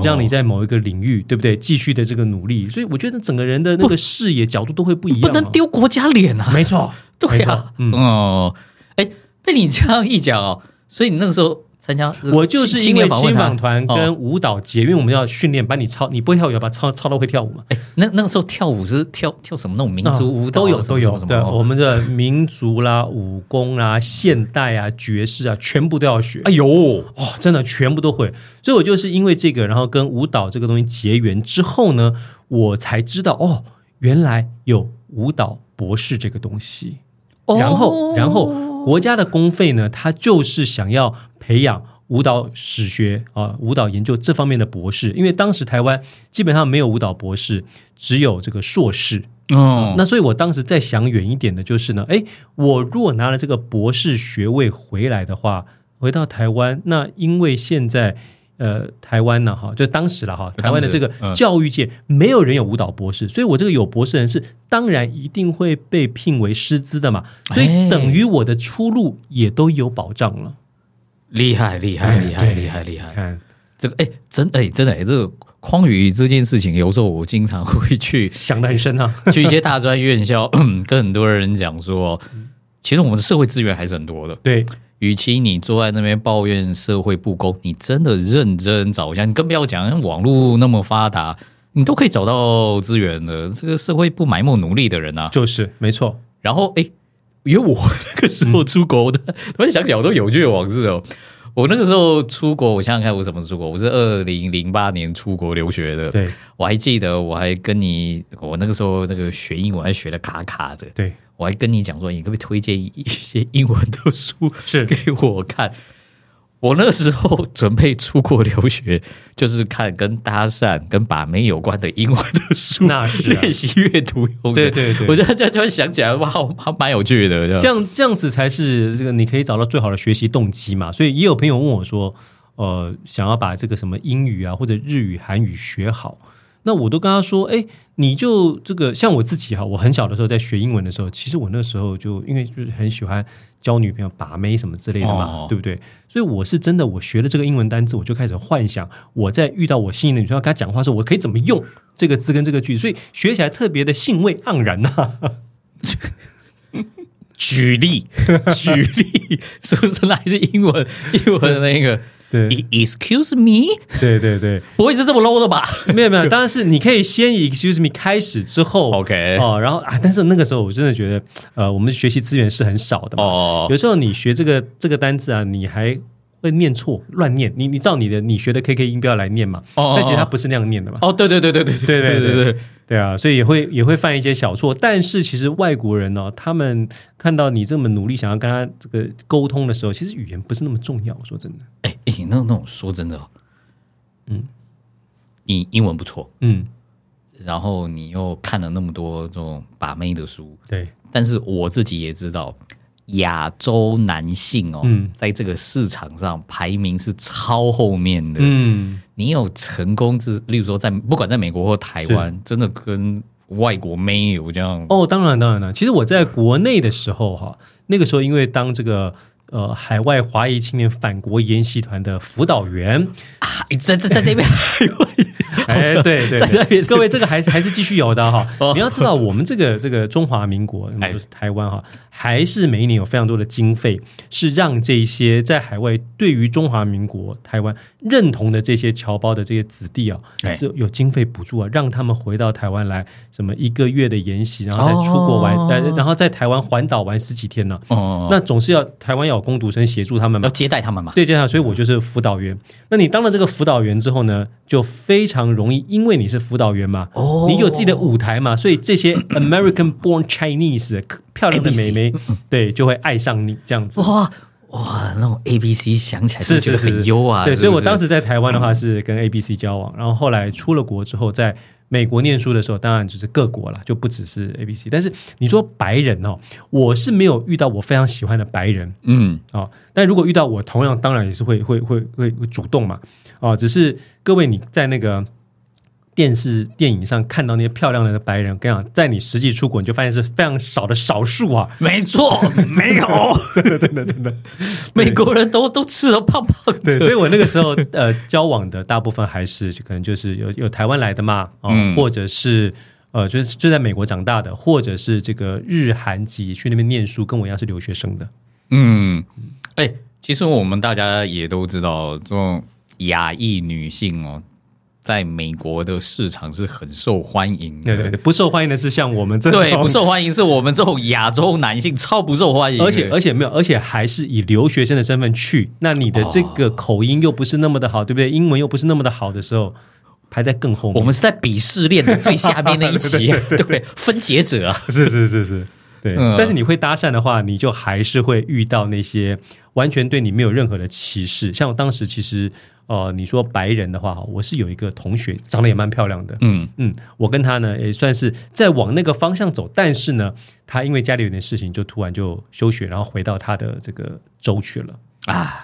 C: 让你在某一个领域，对不对？继续的这个努力，所以我觉得整个人的那个视野角度都会不一
B: 不
C: 样、
B: 能，丢国家脸啊！
C: 没错，
B: 对
C: 没
B: 啊
C: 错，嗯
B: 哦，哎，被你这样一讲哦，所以你那个时候参加这个青，
C: 我就是因
B: 青
C: 为
B: 年访问
C: 新访
B: 团，
C: 团跟舞蹈节，因为我们要训练，把你操，你不会跳舞，要把操操到会跳舞嘛？
B: 哎，那那个时候跳舞是跳跳什么那种民族舞蹈啊
C: 都
B: 什
C: 有
B: 么
C: 都
B: 什
C: 有
B: 么，什么
C: 对，
B: 哦
C: 我们的民族啦、武功啦、现代啊、爵士啊，全部都要学。
B: 哎呦，
C: 哦，真的全部都会。所以我就是因为这个，然后跟舞蹈这个东西结缘之后呢，我才知道哦，原来有舞蹈博士这个东西。
B: 哦
C: 然后，然后国家的公费呢，它就是想要培养。舞蹈史学啊，舞蹈研究这方面的博士，因为当时台湾基本上没有舞蹈博士，只有这个硕士。
B: 哦，
C: 那所以，我当时在想远一点的，就是呢，诶，我若拿了这个博士学位回来的话，回到台湾，那因为现在呃，台湾呢，哈，就当时了哈，
B: 当时
C: 台湾的这个
B: 嗯
C: 教育界没有人有舞蹈博士，所以我这个有博士人是当然一定会被聘为师资的嘛，所以
B: 哎
C: 等于我的出路也都有保障了。
B: 厉害厉害
C: 哎
B: 厉害
C: 对
B: 厉害厉害！
C: 看，
B: 这个哎，真哎真的哎，这个匡宇这件事情，有时候我经常会去
C: 想得很深啊，
B: 去一些大专院校，嗯跟很多人讲说，哦其实我们的社会资源还是很多的。
C: 对，
B: 与其你坐在那边抱怨社会不公，你真的认真找一下。你更不要讲网络那么发达，你都可以找到资源的。这个社会不埋没努力的人啊。
C: 就是没错，
B: 然后诶，因为我那个时候出国，我 突然想起来我都有趣的往事哦。我那个时候出国，我想想看我什么时候出国，我是二零零八年出国留学的。
C: 对
B: 我还记得，我还跟你，我那个时候那个学英文还学的卡卡的，
C: 对
B: 我还跟你讲说，你可不可以推荐一些英文的书
C: 是
B: 给我看？我那时候准备出国留学，就是看跟搭讪、跟把妹有关的英文的书，
C: 那是啊
B: 练习阅读用的。
C: 对对对
B: 我现在突然想起来，哇，还蛮有趣的。
C: 这样这样子才是这个你可以找到最好的学习动机嘛。所以也有朋友问我说，呃，想要把这个什么英语啊或者日语、韩语学好，那我都跟他说，哎、你就这个像我自己哈，我很小的时候在学英文的时候，其实我那时候就因为就是很喜欢交女朋友、把妹什么之类的嘛，
B: 哦
C: 对不对？所以我是真的，我学了这个英文单字，我就开始幻想我在遇到我心仪的女生要跟她讲话的时候，我可以怎么用这个字跟这个句，所以学起来特别的兴味盎然啊呐、
B: 举 例，举例，是不是那还是英文？英文的那个 E-
C: 对
B: ，Excuse me，
C: 对对对。
B: 不会是这么 low 的吧？
C: 没 有没有，当然是你可以先以 excuse me 开始之后
B: OK
C: 哦，然后啊，但是那个时候我真的觉得，呃，我们学习资源是很少的嘛，
B: 哦，
C: 有时候你学这个这个单字啊，你还会念错，乱念，你你照你的你学的 KK 音标来念嘛，
B: 哦哦
C: 但其实它不是那样念的嘛，
B: 哦，对对对对对
C: 对对
B: 对
C: 对
B: 对对，
C: 对啊，所以也会也会犯一些小错，但是其实外国人呢、他们看到你这么努力想要跟他这个沟通的时候，其实语言不是那么重要，说真的，
B: 哎哎，那那种说真的哦，嗯，你英文不错，
C: 嗯，
B: 然后你又看了那么多这种把妹的书，
C: 对，
B: 但是我自己也知道，亚洲男性哦，
C: 嗯
B: 在这个市场上排名是超后面的。
C: 嗯，
B: 你有成功之，例如说在不管在美国或台湾，真的跟外国妹有这样，
C: 哦，当然当然了。其实我在国内的时候哈，那个时候因为当这个呃海外华裔青年反国研习团的辅导员，
B: 哎在在在那边还有
C: 哎，对对
B: 在
C: 对
B: 那边
C: 各位这个还是还是继续有的哈
B: 哦。
C: 你要知道，我们这个这个中华民国，
B: 哎
C: 就是台湾哈，还是每一年有非常多的经费，是让这些在海外对于中华民国台湾认同的这些侨胞的这些子弟啊
B: 哎，
C: 是有经费补助啊，让他们回到台湾来，什么一个月的研习，然后再出国玩，
B: 哦
C: 呃然后在台湾环岛玩十几天呢。
B: 哦，
C: 那总是要台湾要有工读生协助他们嘛
B: 要，接待他们嘛？
C: 对，接下来，所以我就是辅导员。那你当了这个辅导员之后呢，就非常容易，因为你是辅导员嘛，
B: 哦
C: 你有自己的舞台嘛，所以这些 American born Chinese 漂亮的美眉，对，就会爱上你这样子。
B: 哇哇，那种 A B C 想起来
C: 是
B: 就觉
C: 是
B: 得
C: 是
B: 很优啊。
C: 对，
B: 是
C: 所以我
B: 不是
C: 当时在台湾的话是跟 ABC 交往，然后后来出了国之后，在美国念书的时候，当然就是各国啦，就不只是 ABC。但是你说白人哦，我是没有遇到我非常喜欢的白人，
B: 嗯，
C: 啊、但如果遇到我，同样当然也是会会会会会主动嘛，啊、只是各位你在那个电视电影上看到那些漂亮的白人，跟你讲，在你实际出国，你就发现是非常少的少数啊，
B: 没错，没有，真的真的真的， 美国人都都吃的胖胖的，
C: 对， 所以我那个时候呃交往的大部分还是就可能就是有有台湾来的嘛，哦，
B: 嗯
C: 或者是呃就是就在美国长大的，或者是这个日韩籍去那边念书，跟我一样是留学生的，
B: 嗯，哎、其实我们大家也都知道，这种亚裔女性哦，在美国的市场是很受欢迎的。
C: 对对对，不受欢迎的是像我们这种
B: 对不受欢迎是我们这种亚洲男性超不受欢迎的，
C: 而且而且没有，而且还是以留学生的身份去，那你的这个口音又不是那么的好，对不对？英文又不是那么的好的时候，排在更后面。
B: 我们是在鄙视链的最下面那一级， 对不对？分解者啊，
C: 是是是是，对。
B: 嗯
C: 但是你会搭讪的话，你就还是会遇到那些完全对你没有任何的歧视。像我当时其实，呃，你说白人的话，我是有一个同学长得也蛮漂亮的，
B: 嗯
C: 嗯，我跟他呢也算是在往那个方向走，但是呢，他因为家里有点事情，就突然就休学，然后回到他的这个州去了。
B: 啊，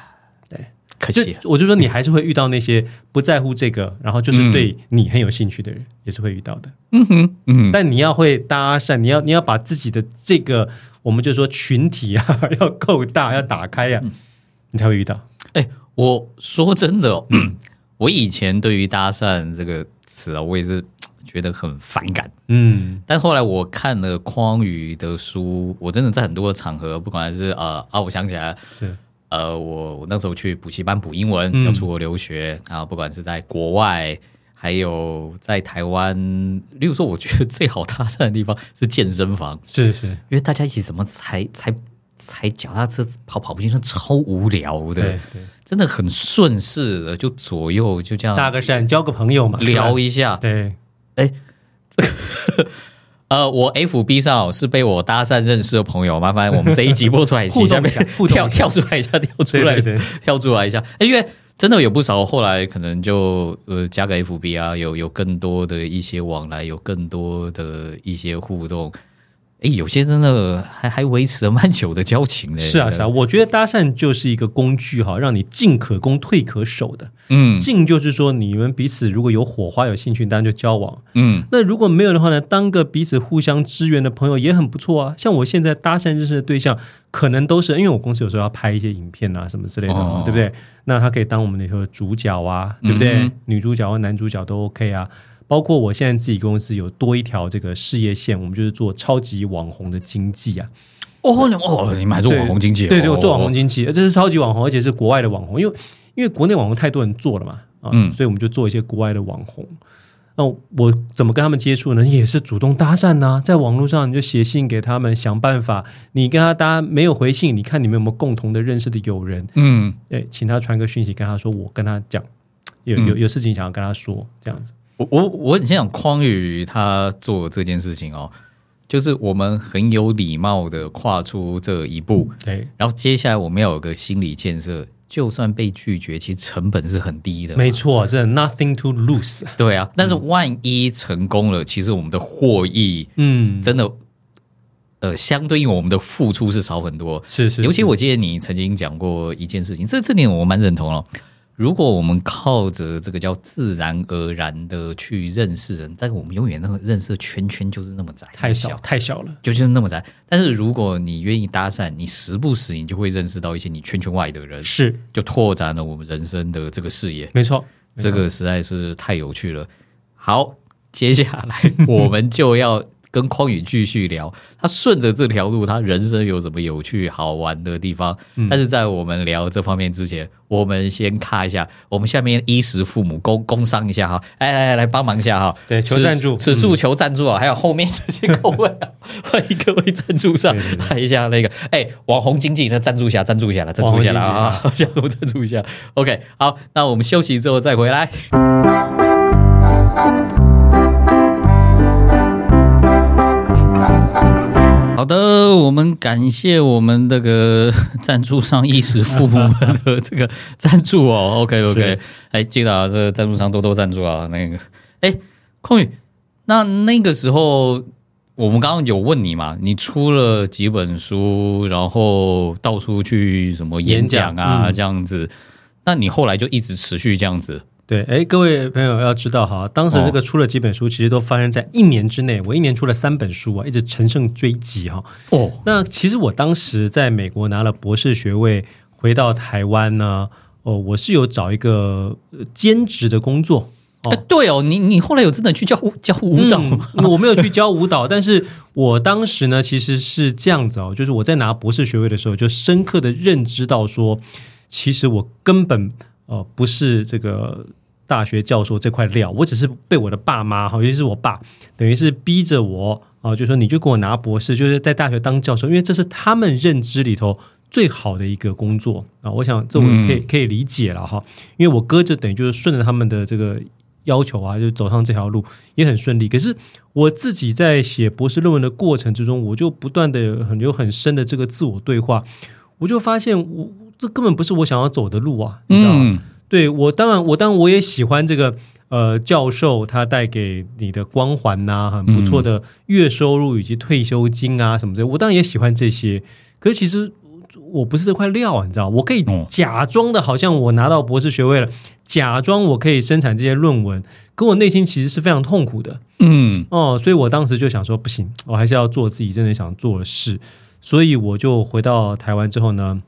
C: 对，
B: 可
C: 就
B: 惜啊
C: 我就说你还是会遇到那些不在乎这个，然后就是对你很有兴趣的人，也是会遇到的。
B: 嗯，
C: 但你要会搭讪，你要你要把自己的这个，我们就说群体啊， 要够
B: 嗯
C: 大，要打开呀、你才会遇到。
B: 哎，我说真的、哦， 我以前对于搭讪这个词啊，我也是觉得很反感。
C: 嗯
B: 但后来我看了匡宇的书，我真的在很多的场合，不管是呃啊，我想起来，
C: 是
B: 呃，我我那时候去补习班补英文，
C: 嗯
B: 要出国留学，然后不管是在国外，还有在台湾，例如说，我觉得最好搭讪的地方是健身房，
C: 是是，
B: 因为大家一起怎么踩踩踩脚踏车跑跑步机，那超无聊的
C: 对，对，
B: 真的很顺势的，就左右就这
C: 搭
B: 样
C: 个讪，交个朋友嘛，
B: 聊
C: 一
B: 一下，
C: 对，
B: 呃，我 FB 上哦是被我搭讪认识的朋友，麻烦我们这一集播出来一
C: 互
B: 起，
C: 动
B: 下
C: 一
B: 面
C: 下互动一下
B: 跳跳出来一下，跳出
C: 对
B: 来
C: 对
B: 一下，
C: 对，
B: 跳出来一下。哎因为真的有不少后来可能就呃加个 FB 啊，有有更多的一些往来，有更多的一些互动。哎，有些真的还还维持了蛮久的交情呢。
C: 是啊是啊，我觉得搭讪就是一个工具哈，让你进可攻退可守的。
B: 嗯
C: 进就是说你们彼此如果有火花、有兴趣，当然就交往。
B: 嗯，
C: 那如果没有的话呢，当个彼此互相支援的朋友也很不错啊。像我现在搭讪认识的对象，可能都是因为我公司有时候要拍一些影片啊什么之类的嘛，
B: 哦
C: 对不对？那他可以当我们里头的主角啊，对不对？
B: 嗯哼
C: 女主角或男主角都 OK 啊。包括我现在自己公司有多一条这个事业线，我们就是做超级网红的经济啊。
B: 哦你哦，你们还做网红经济？
C: 对对，
B: 哦
C: 我做网红。经济，这是超级网红，而且是国外的网红，因为因为国内网红太多人做了嘛，啊，
B: 嗯
C: 所以我们就做一些国外的网红。那我怎么跟他们接触呢？也是主动搭讪呐、在网络上你就写信给他们，想办法。你跟他搭没有回信，你看你们有没有共同的认识的友人？
B: 嗯，
C: 哎，请他传个讯息跟他说，我跟他讲，有
B: 嗯
C: 有有事情想要跟他说，这样子。
B: 我我我很想匡宇他做这件事情哦，就是我们很有礼貌的跨出这一步，
C: 对，哎
B: 然后接下来我们要有个心理建设，就算被拒绝，其实成本是很低的。
C: 没错，真的 nothing to lose。
B: 对啊，但是万一成功了，其实我们的获益
C: 嗯，
B: 真的，呃，相对应我们的付出是少很多。
C: 是是，
B: 尤其我记得你曾经讲过一件事情，这这点我蛮认同了。如果我们靠着这个叫自然而然的去认识人，但是我们永远那个认识的圈圈就是那么窄，
C: 太小，太小了。
B: 就就是那么窄。但是如果你愿意搭讪，你时不时你就会认识到一些你圈圈外的人，
C: 是，
B: 就拓展了我们人生的这个视野。
C: 没错，没
B: 这
C: 错
B: 个实在是太有趣了。好，接下来我们就要跟匡宇继续聊，他顺着这条路，他人生有什么有趣好玩的地方？
C: 嗯
B: 但是在我们聊这方面之前，我们先看一下，我们下面衣食父母工工商一下哈，哎来来来帮忙一下哈，
C: 对求
B: 此
C: 赞助嗯
B: 此处求赞助啊，还有后面这些各位啊， 欢迎各位赞助上
C: 对对对
B: 来一下那个，哎，网红经济那赞助一下，赞助一下了，赞助一下了啊，下我赞助一下，OK，好，那我们休息之后再回来。好的，我们感谢我们这个赞助商衣食父母们的这个赞助哦。OK OK，
C: 是
B: 哎，记得啊，这个赞助商多多赞助啊。那个，哎，空宇，那那个时候我们刚刚有问你嘛，你出了几本书，然后到处去什么演讲啊
C: 演讲嗯
B: 这样子，那你后来就一直持续这样子，
C: 对，哎，各位朋友要知道哈，当时这个出了几本书，其实都发生在一年之内。我一年出了三本书啊，一直乘胜追击哈。
B: 哦，
C: 那其实我当时在美国拿了博士学位，回到台湾呢，哦，我是有找一个呃兼职的工作，哦
B: 哎对哦，你你后来有真的去教教舞蹈吗？
C: 嗯我没有去教舞蹈，但是我当时呢，其实是这样子哦，就是我在拿博士学位的时候，就深刻的认知到说，其实我根本呃不是这个。大学教授这块料，我只是被我的爸妈哈，尤其是我爸，等于是逼着我啊，就说你就给我拿博士，就是在大学当教授，因为这是他们认知里头最好的一个工作啊。我想这我可
B: 嗯
C: 以、可以理解了哈，因为我哥就等于就是顺着他们的这个要求啊，就走上这条路也很顺利。可是我自己在写博士论文的过程之中，我就不断的很有很深的这个自我对话，我就发现我这根本不是我想要走的路啊，你知道吗？
B: 嗯，
C: 对我当然，我当然我也喜欢这个呃教授他带给你的光环呐、很不错的月收入以及退休金啊什么之类，我当然也喜欢这些。可是其实我不是这块料啊，你知道，我可以
B: 嗯
C: 假装的好像我拿到博士学位了，假装我可以生产这些论文，可我内心其实是非常痛苦的。
B: 嗯，
C: 哦，所以我当时就想说，不行，我还是要做自己真的想做的事，所以我就回到台湾之后呢，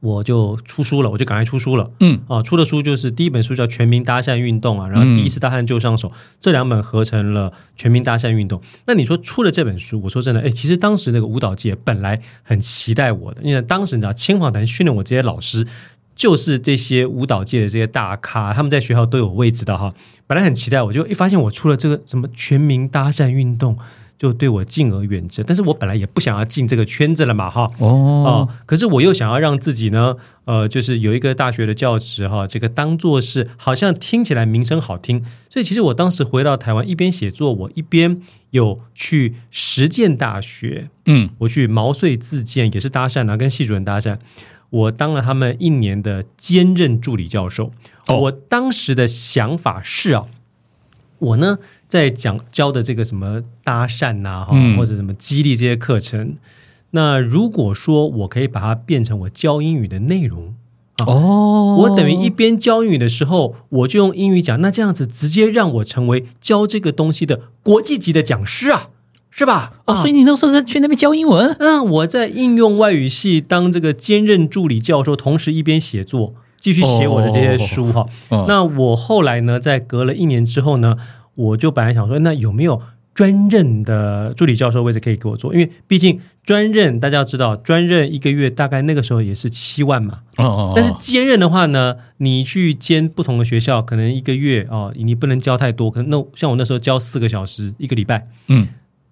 C: 我就出书了，我就赶快出书了。
B: 嗯，
C: 啊，出的书就是第一本书叫《全民搭讪运动》啊，然后第一
B: 嗯
C: 次搭讪就上手，这两本合成了《全民搭讪运动》。那你说出了这本书，我说真的，哎，其实当时那个舞蹈界本来很期待我的，因为当时你知道青访团训练我这些老师。就是这些舞蹈界的这些大咖，他们在学校都有位置的哈。本来很期待，我就一发现我出了这个什么全民搭讪运动，就对我敬而远之。但是我本来也不想要进这个圈子了嘛哈，
B: 哦
C: 哦，可是我又想要让自己呢，呃，就是有一个大学的教职哈，这个当做是好像听起来名声好听，所以其实我当时回到台湾，一边写作，我一边有去实践大学，
B: 嗯，
C: 我去毛遂自荐，也是搭讪啊，跟系主任搭讪。我当了他们一年的兼任助理教授。
B: 哦
C: 我当时的想法是啊，我呢在讲教的这个什么搭讪呐、哈、
B: 嗯
C: 或者什么激励这些课程，那如果说我可以把它变成我教英语的内容，
B: 哦
C: 我等于一边教英语的时候，我就用英语讲，那这样子直接让我成为教这个东西的国际级的讲师啊，是吧？
B: 哦，
C: 啊
B: 所以你那时候是去那边教英文，
C: 嗯，我在应用外语系当这个兼任助理教授，同时一边写作，继续写我的这些书哈。
B: 哦
C: 那我后来呢，在隔了一年之后呢，我就本来想说，那有没有专任的助理教授位置可以给我做？因为毕竟专任大家要知道，专任一个月大概那个时候也是七万嘛。
B: 哦哦
C: 但是兼任的话呢，你去兼不同的学校，可能一个月哦，你不能教太多，可能那像我那时候教四个小时一个礼拜，
B: 嗯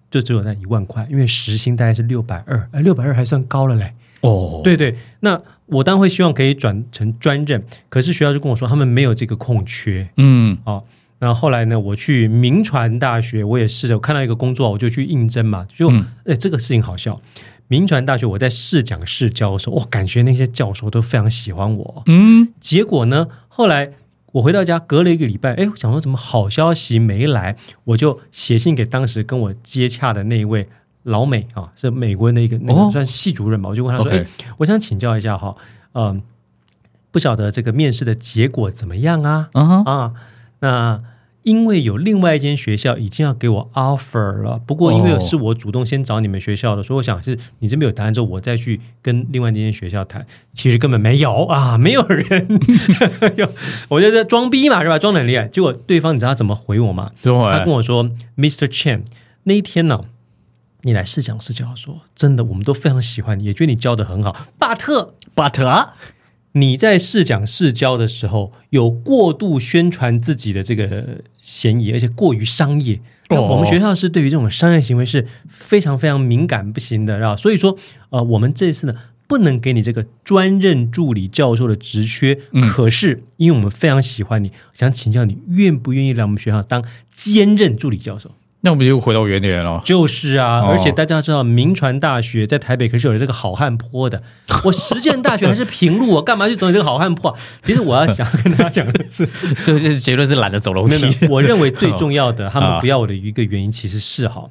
C: 就只有那一万块，因为时薪大概是六百二，哎，六百二还算高了嘞。
B: 哦，
C: 对对，那我当然会希望可以转成专任，可是学校就跟我说他们没有这个空缺
B: 嗯
C: 哦。然后后来呢，我去民传大学，我也试着我看到一个工作，我就去应征嘛，就、
B: 嗯
C: 哎这个事情好笑。民传大学我在试讲试教的时候，我感觉那些教授都非常喜欢我。
B: 嗯，
C: 结果呢，后来我回到家，隔了一个礼拜，哎，我想说怎么好消息没来，我就写信给当时跟我接洽的那一位老美啊，是美国的一个那
B: 哦
C: 个算系主任吧，我就问他说，哎
B: OK
C: 我想请教一下哈，嗯、不晓得这个面试的结果怎么样啊？
B: 啊哈，
C: 啊，那因为有另外一间学校已经要给我 offer 了，不过因为
B: 哦
C: 是我主动先找你们学校的，所以我想是你这边有答案之后，我再去跟另外一间学校谈。其实根本没有啊， 没有人，有我就在装逼嘛，是吧？装的很厉害。结果对方你知道他怎么回我吗？
B: 等会
C: 他
B: 儿
C: 跟我说，Mr. Chen，那一天呢、你来试讲试教说，真的，我们都非常喜欢你，也觉得你教的很好。巴特，
B: ，but 啊
C: 你在试讲试教的时候，有过度宣传自己的这个嫌疑，而且过于商业。那
B: 哦
C: 我们学校是对于这种商业行为是非常非常敏感不行的，啊，所以说，呃，我们这次呢不能给你这个专任助理教授的职缺，可是因为我们非常喜欢你，想请教你愿不愿意来我们学校当兼任助理教授。
B: 那我们就回到原点了。
C: 就是啊，
B: 哦
C: 而且大家知道，民传大学在台北可是有这个好汉坡的。我实践大学还是平路，我干嘛去走这个好汉坡、啊？ 其实我要想跟大家讲的 是，
B: 所以就是结论是懒得走楼
C: 没有
B: 梯
C: 没。有，我认为最重要
B: 啊
C: 的，他们不要我的一个原因其实是哈，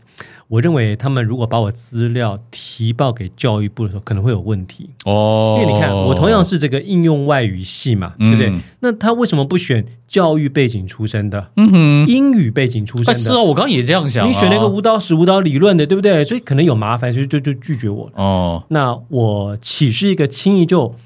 C: 我认为他们如果把我资料提报给教育部的时候，可能会有问题。
B: 哦
C: 因，为你看，我同样是这个应用外语系嘛，对不对
B: 嗯？
C: 那他为什么不选教育背景出身的、
B: 嗯哼，
C: 英语背景出
B: 哎
C: 身
B: 是
C: 的？
B: 啊，我刚刚也这样想啊。
C: 你选了一个舞蹈史、舞蹈理论的，对不对？所以可能有麻烦，所以就就拒绝我了。
B: 哦，
C: 那我岂是一个轻易就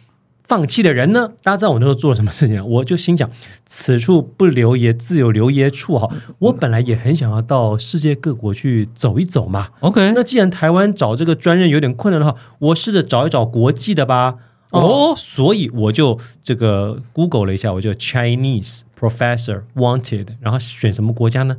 C: 放弃的人呢？大家知道我那时候做了什么事情啊？ 我就心想，此处不留爷，自有留爷处哈。我本来也很想要到世界各国去走一走嘛。
B: OK，
C: 那既然台湾找这个专任有点困难的话，我试着找一找国际的吧。
B: 哦
C: 所以我就这个 Google 了一下，我就 Chinese professor wanted，然后选什么国家呢？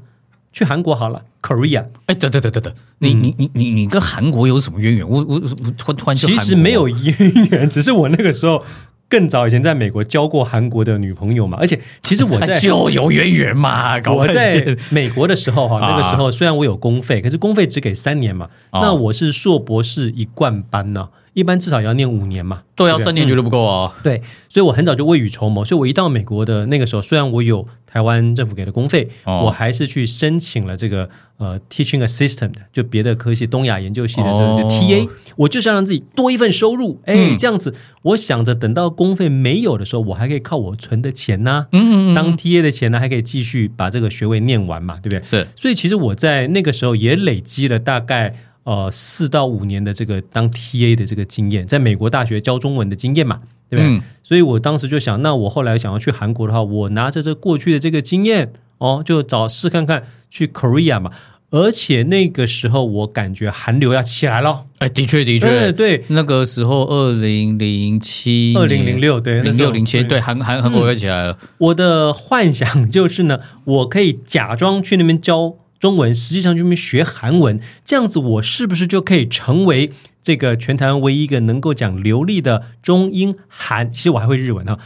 C: 去韩国好了，Korea。
B: 哎，等等等等等，你你你你你跟韩国有什么渊源？我我我突然突然就
C: 其
B: 韩
C: 实
B: 国
C: 没有渊源，只是我那个时候更早以前在美国交过韩国的女朋友嘛，而且其实我在。
B: 哎就有渊源 嘛，搞
C: 我
B: 半天
C: 在美国的时 候哈，
B: 啊
C: 那个时候虽然我有公费，可是公费只给三年嘛。
B: 哦
C: 那我是硕博士一贯班呢、一般至少也要念五年嘛。
B: 对啊，
C: 对
B: 三年绝对不够啊。
C: 对，所以我很早就未雨绸缪，所以我一到美国的那个时候，虽然我有台湾政府给的公费，
B: 哦
C: 我还是去申请了这个呃 teaching assistant，就别的科系东亚研究系的时候、
B: 哦
C: 就 TA，我就是要让自己多一份收入，哎，
B: 嗯
C: 这样子，我想着等到公费没有的时候，我还可以靠我存的钱呐、
B: 嗯嗯嗯，
C: 当 TA 的钱呢，还可以继续把这个学位念完嘛，对不对？
B: 是
C: 所以其实我在那个时候也累积了大概呃四到五年的这个当 TA 的这个经验，在美国大学教中文的经验嘛，对不对？
B: 嗯
C: 所以我当时就想，那我后来想要去韩国的话，我拿着这过去的这个经验哦，就找试看看去 Korea 嘛。而且那个时候我感觉韩流要起来了，
B: 哎，的确的
C: 对
B: 确，
C: 对，
B: 那个时候二零零七、
C: 二零零。六对，那
B: 零
C: 时候
B: 六零七，对韩韩韩国又起来了，
C: 我的幻想就是呢，我可以假装去那边教中文，实际上去那边学韩文，这样子我是不是就可以成为这个全台湾唯一一个能够讲流利的中英韩？其实我还会日文哈。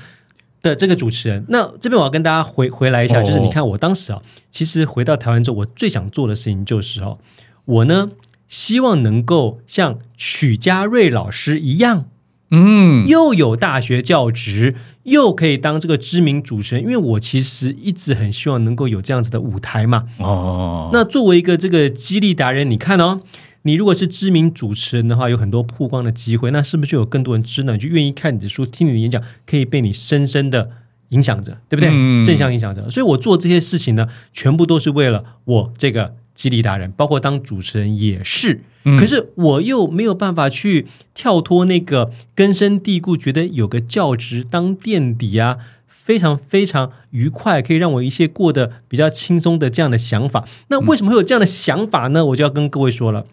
C: 的这个主持人，那这边我要跟大家回回来一下，
B: 哦
C: 就是你看我当时啊，其实回到台湾之后，我最想做的事情就是哦，我呢希望能够像曲家瑞老师一样，
B: 嗯，
C: 又有大学教职，又可以当这个知名主持人，因为我其实一直很希望能够有这样子的舞台嘛。
B: 哦，
C: 那作为一个这个激励达人，你看哦，你如果是知名主持人的话，有很多曝光的机会，那是不是就有更多人知道，你就愿意看你的书，听你的演讲，可以被你深深的影响着，对不对？
B: 嗯
C: 正向影响着。所以我做这些事情呢，全部都是为了我这个激励达人，包括当主持人也是。
B: 嗯
C: 可是我又没有办法去跳脱那个根深蒂固，觉得有个教职当垫底啊，非常非常愉快，可以让我一些过得比较轻松的这样的想法。那为什么会有这样的想法呢？我就要跟各位说了。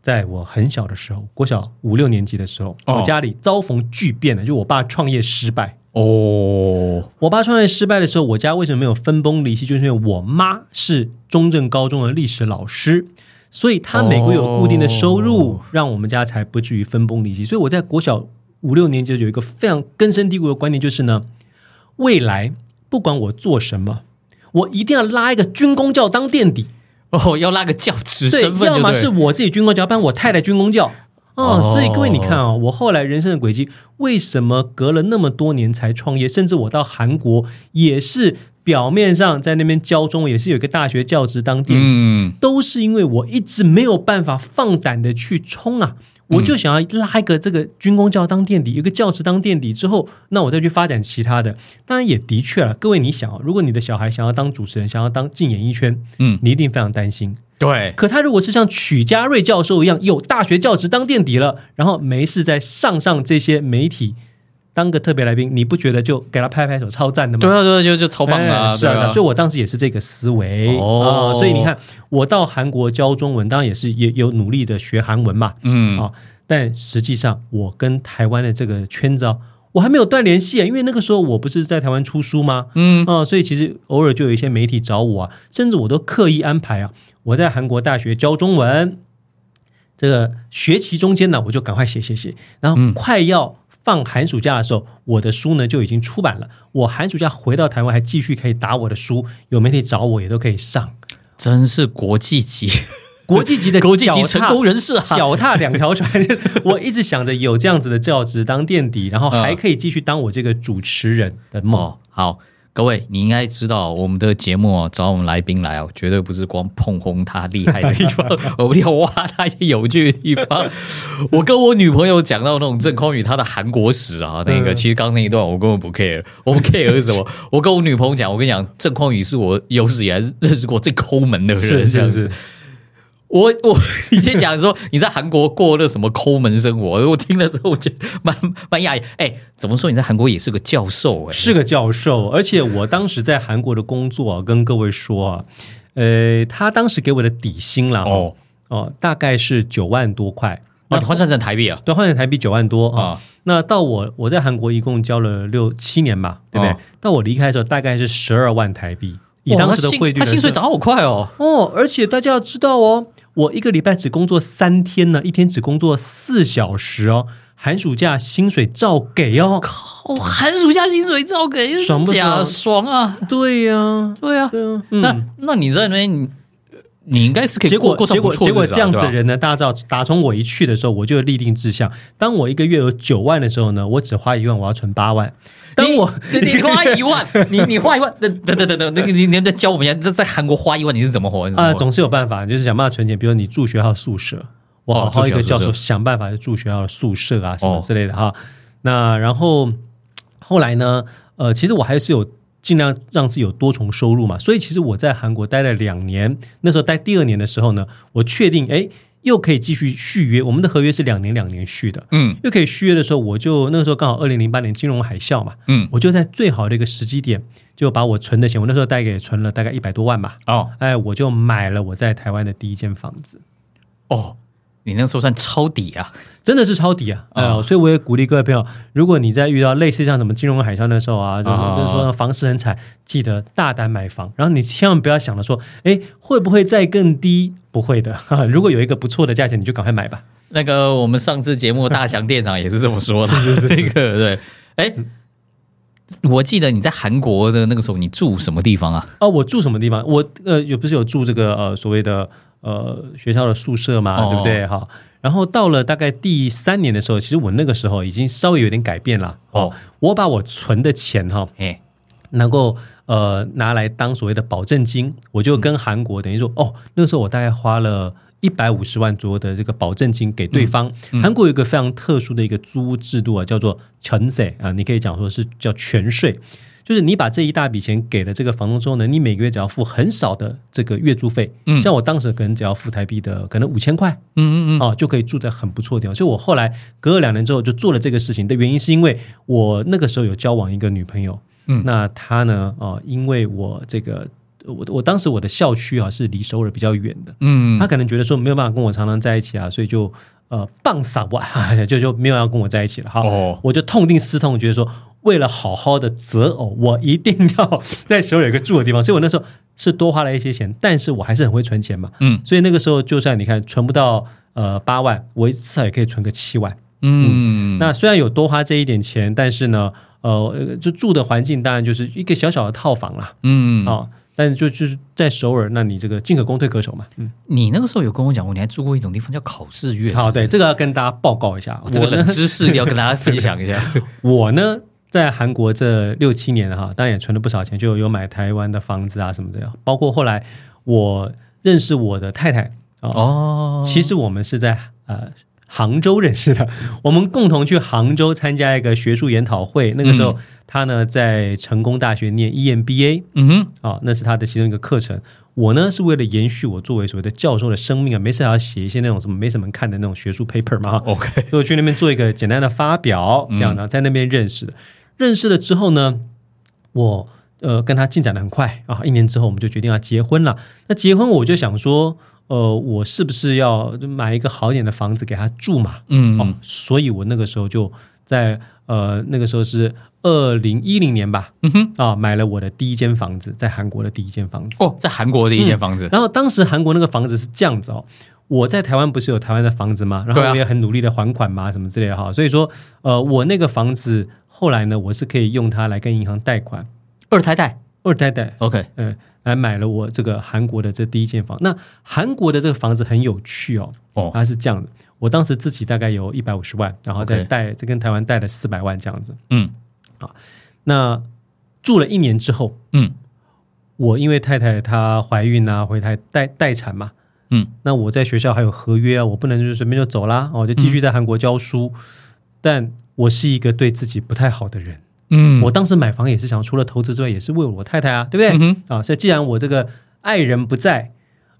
C: 在我很小的时候，国小五六年级的时候，
B: 哦
C: 我家里遭逢巨变了，就我爸创业失败，
B: 哦，
C: 我爸创业失败的时候，我家为什么没有分崩离析？就是因为我妈是中正高中的历史老师，所以她每个月有固定的收入，
B: 哦
C: 让我们家才不至于分崩离析。所以我在国小五六年级有一个非常根深蒂固的观念，就是呢，未来不管我做什么，我一定要拉一个军工教当垫底。
B: 哦，要拉个教职
C: 对
B: 身，份
C: 要
B: 就
C: 么
B: 对
C: 是
B: 了，
C: 我自己军工教，不然我太太军工教。哦，所以各位你看啊、我后来人生的轨迹，为什么隔了那么多年才创业？甚至我到韩国也是表面上在那边教中文，也是有一个大学教职当店长
B: 嗯，
C: 都是因为我一直没有办法放胆的去冲啊。我就想要拉一个这个军工教当垫底，一个教职当垫底之后，那我再去发展其他的。当然也的确了，各位你想啊，如果你的小孩想要当主持人，想要当进演艺圈，
B: 嗯，
C: 你一定非常担心。
B: 对，
C: 可他如果是像曲家瑞教授一样，有大学教职当垫底了，然后没事再上上这些媒体当个特别来宾，你不觉得就给他拍拍手超赞的吗？
B: 对啊，对啊，就就超棒的啊，
C: 哎是啊，
B: 对
C: 是
B: 啊
C: 啊所以我当时也是这个思维
B: 哦
C: 啊所以你看，我到韩国教中文，当然也是也有努力的学韩文嘛，
B: 嗯，
C: 啊，但实际上我跟台湾的这个圈子啊，我还没有断联系啊，因为那个时候我不是在台湾出书吗？
B: 嗯，
C: 啊，所以其实偶尔就有一些媒体找我啊，甚至我都刻意安排啊，我在韩国大学教中文，这个学期中间呢，我就赶快写写写，然
B: 嗯
C: 后快要。放寒暑假的时候，我的书呢就已经出版了。我寒暑假回到台湾，还继续可以打我的书，有媒体找我也都可以上
B: 真是国际级，
C: 国际级 的
B: 国际级
C: 脚
B: 成
C: 踏
B: 功人士啊，
C: 脚踏两条船， 我一直想着有这样子的教职当垫底，然后还可以继续当我这个主持人的梦。
B: 哦，好，各位，你应该知道我们的节目、哦、找我们来宾来哦，绝对不是光捧红他厉害的地方，我们要挖他一些有趣的地 方。我跟我女朋友讲到那种郑匡宇他的韩国史啊，那个、
C: 嗯
B: 其实刚那一段我根本不 care，我们 care 是什么？我跟我女朋友讲，我跟你讲，郑匡宇是我有史以来认识过最抠门的人，这样子。，我我 你先讲说你在韩国过了什么抠门生活，我听了之后我觉得蛮蛮讶异。哎，怎么说你在韩国也是个教授哎、
C: 是个教授，而且我当时在韩国的工作、啊，跟各位说啊，呃，他当时给我的底薪啦，哦
B: 哦
C: 哦，大概是九万多块，
B: 哦，你换算成台币啊？
C: 对，换成台币九万多啊。
B: 啊，
C: 那到我我在韩国一共交了六七年吧，对不对？
B: 哦
C: 到我离开的时候，大概是十二万台币，以
B: 哇
C: 当
B: 他
C: 时的
B: 薪
C: 汇
B: 他
C: 率来
B: 薪水
C: 算
B: 涨好快哦。
C: 哦，而且大家要知道哦，我一个礼拜只工作三天呢，一天只工作四小时哦，寒暑假薪水照给哦。
B: 哦，寒暑假薪水照给
C: 爽不
B: 假
C: 爽
B: 爽啊？
C: 对呀、
B: 对啊，
C: 对呀、嗯
B: 那那你在那边，你你应该是可以
C: 结
B: 过
C: 果
B: 过上
C: 结
B: 不
C: 果
B: 错
C: 结
B: 的
C: 果
B: 日子啊
C: 这样子
B: 对吧
C: 的人呢，大家知道，打从我一去的时候，我就立定志向，当我一个月有九万的时候呢，我只花一万，我要存八万。当我
B: 你 你你花一万，你你花一万，等等等等等，那个你你再教我们一下，在在韩国花一万你是怎么活？你是怎
C: 啊、
B: 么活
C: 总是有办法，就是想办法存钱。比如你住学校宿舍，我好好一个教
B: 住学校宿
C: 授想办法住学校的宿舍啊，什么
B: 哦
C: 之类的哈。那然后后来呢，呃，其实我还是有尽量让自己有多重收入嘛，所以其实我在韩国待了两年，那时候待第二年的时候呢，我确定哎。又可以继续续约，我们的合约是两年两年续的，
B: 嗯，
C: 又可以续约的时候，我就那个时候刚好二零零八年金融海啸嘛，
B: 嗯，
C: 我就在最好的一个时机点，就把我存的钱，我那时候大概也存了大概一百多万吧，
B: 哦
C: 哎，我就买了我在台湾的第一间房子，
B: 哦，你那时候算抄底啊？
C: 真的是抄底啊！哎、
B: 啊
C: 所以我也鼓励各位朋友，如果你在遇到类似像什么金融海啸那时候啊，就是
B: 啊
C: 那时候房市很惨，记得大胆买房，然后你千万不要想着说，哎，会不会再更低？不会的， 哈哈如果有一个不错的价钱，你就赶快买吧。
B: 那个我们上次节目大祥店长也是这么说的， 那个对，哎，我记得你在韩国的那个时候，你住什么地方啊？
C: 哦，我住什么地方？我呃，有不是有住这个呃所谓的呃学校的宿舍嘛，
B: 哦
C: 对不对？哈，然后到了大概第三年的时候，其实我那个时候已经稍微有点改变了
B: 哦
C: 哦，我把我存的钱哈、
B: 哎，
C: 能够呃拿来当所谓的保证金，我就跟韩国等于说，哦，那个时候我大概花了。一百五十万左右的这个保证金给对方。韩国有一个非常特殊的一个租屋制度啊，叫做全税啊，你可以讲说是叫全税，就是你把这一大笔钱给了这个房东之后呢，你每个月只要付很少的这个月租费。
B: 嗯
C: 像我当时可能只要付台币的可能五千块，
B: 嗯嗯
C: 哦，就可以住在很不错的地方。所以我后来隔了两年之后就做了这个事情的原因，是因为我那个时候有交往一个女朋友，
B: 嗯
C: 那她呢，哦，因为我这个我我当时我的校区啊是离首尔比较远的，
B: 嗯
C: 她可能觉得说没有办法跟我常常在一起啊，所以就呃棒撒我， 就就没有要跟我在一起了哈。
B: 哦，
C: 我就痛定思痛，觉得说为了好好的择偶，我一定要在首尔有一个住的地方。 所以我那时候是多花了一些钱，但是我还是很会存钱嘛。
B: 嗯
C: 所以那个时候，就算你看存不到呃八万，我至少也可以存个七万。
B: 嗯，
C: 那虽然有多花这一点钱，但是呢，呃，呃就住的环境当然就是一个小小的套房啦。
B: 嗯
C: 哦，但是就就是在首尔，那你这个进可攻退可守嘛。嗯，
B: 你那个时候有跟我讲过，你还住过一种地方叫考试院。哦
C: 好，对，这个要跟大家报告一下。哦
B: 这个
C: 我呢
B: 冷知识一定要跟大家分享一下。
C: 我呢，在韩国这六七年哈，当然也存了不少钱，就有买台湾的房子啊什么的，包括后来我认识我的太太啊，
B: 哦，
C: 其实我们是在呃杭州认识的，我们共同去杭州参加一个学术研讨会，那个时候她呢在成功大学念 E EMBA
B: 嗯哼，
C: 啊、那是她的其中一个课程。我呢是为了延续我作为所谓的教授的生命啊，没事还要写一些那种什么没什么人看的那种学术 paper
B: 嗯
C: 嘛哈，
B: OK，
C: 所以我去那边做一个简单的发表，这样呢，在那边认识的。认识了之后呢，我呃跟他进展的很快啊，一年之后我们就决定要结婚了。那结婚我就想说，呃，我是不是要买一个好一点的房子给他住嘛？
B: 嗯，
C: 哦，所以我那个时候就在呃那个时候是二零一零年吧，
B: 嗯哼，
C: 啊，买了我的第一间房子，在韩国的第一间房子。
B: 哦，在韩国的一间房子，
C: 然后当时韩国那个房子是这样子哦，我在台湾不是有台湾的房子吗？然后
B: 对啊
C: 我也很努力的还款嘛，什么之类的哈。所以说，呃，我那个房子后来呢，我是可以用它来跟银行贷款，
B: 二胎贷
C: 二代贷，
B: ，OK，
C: 呃，来买了我这个韩国的这第一间房。那韩国的这个房子很有趣哦，
B: 哦
C: 它是这样的，我当时自己大概有一百五十万，然后再
B: OK
C: 贷，再跟台湾贷了四百万这样子。
B: 嗯
C: 那住了一年之后，
B: 嗯
C: 我因为太太她怀孕啊，回台待待产嘛，
B: 嗯，
C: 那我在学校还有合约啊，我不能就随便就走啦，哦，就继续在韩国教书。但我是一个对自己不太好的人，
B: 嗯，
C: 我当时买房也是想，除了投资之外，也是为了我太太啊，对不对？
B: 嗯
C: 啊，所以既然我这个爱人不在，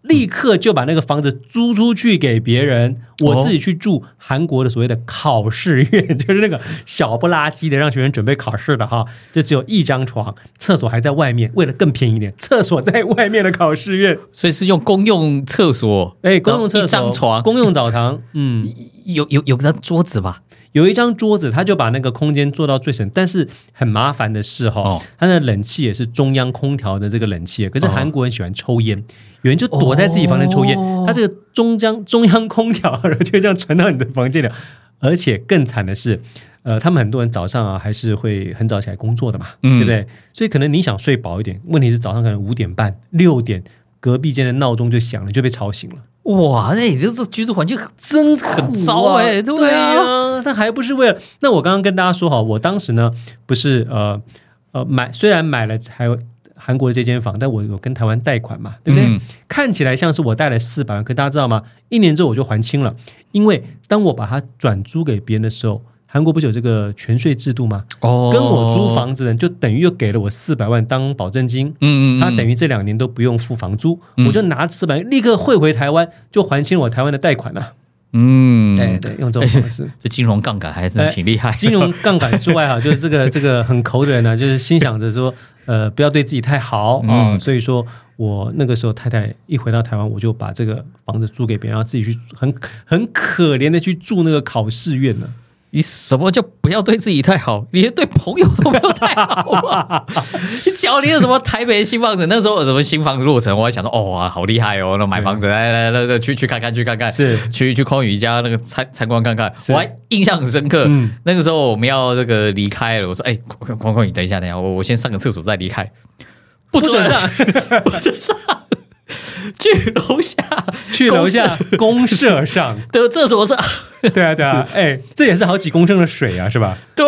C: 立刻就把那个房子租出去给别人，
B: 哦
C: 我自己去住韩国的所谓的考试院， 就是那个小不拉几的让学生准备考试的哈，就只有一张床，厕所还在外面，为了更便宜一点，厕所在外面的考试院，
B: 哼，所以是用公用厕所，
C: 哎，公用厕所、
B: 一张床
C: 公用澡堂，嗯，
B: 有有有个桌子吧？
C: 有一张桌子，他就把那个空间做到最省，但是很麻烦的是哈、
B: 哦
C: 它的冷气也是中央空调的这个冷气，可是
B: 哦
C: 韩国人喜欢抽烟，有人就躲在自己房间抽烟，
B: 哦
C: 他这个中央中央空调然后就这样传到你的房间里，而且更惨的是。呃，他们很多人早上啊，还是会很早起来工作的嘛，
B: 嗯
C: 对不对？所以可能你想睡饱一点，问题是早上可能五点半、六点，隔壁间的闹钟就响了，你就被吵醒了。
B: 哇，那你这这居住环境很
C: 真
B: 很糟哎
C: 欸，
B: 对啊
C: 对啊，那还不是为了？那我刚刚跟大家说好，我当时呢不是呃呃买，虽然买了台韩国这间房，但我有跟台湾贷款嘛，对不对？
B: 嗯
C: 看起来像是我贷了四百万，可大家知道吗？一年之后我就还清了，因为当我把它转租给别人的时候，韩国不是有这个全税制度吗？
B: 哦
C: 跟我租，房子的人就等于又给了我四百万当保证金，啊
B: 嗯嗯，
C: 他等
B: 于
C: 于这两年都不用付房租，
B: 嗯
C: 我就拿四百立刻汇回台湾，就还清我台湾的贷款了、啊
B: 嗯，
C: 对对，用这种方 式。
B: 这金融杠杆还是挺厉害的，
C: 哎金融杠杆之外哈，啊就是这个这个很抠的人呢、就是心想着说，呃，不要对自己太好啊、
B: 嗯
C: 所以说我那个时候太太一回到台湾，我就把这个房子租给别人，然后自己去很很可怜的去住那个考试院了。
B: 你什么叫不要对自己太好，你连对朋友都没有太好 啊！你讲你有什么台北新房子，那时候有什么新房子落成，我还想说，哦啊，好厉害哦，那买房子，来来来来，去去看看，去看看，
C: 嗯是
B: 去去匡宇家那个参参观看看，
C: 是
B: 我还印象很深刻。
C: 嗯
B: 那个时候我们要这个离开了，我说，哎，匡匡匡宇，等一下，等一下，我我先上个厕所再离开，不准上， 不准上，去楼下，
C: 去楼下公社 上，
B: 的厕所上。
C: 对啊对啊，哎，这也是好几公升的水啊，是吧？
B: 对，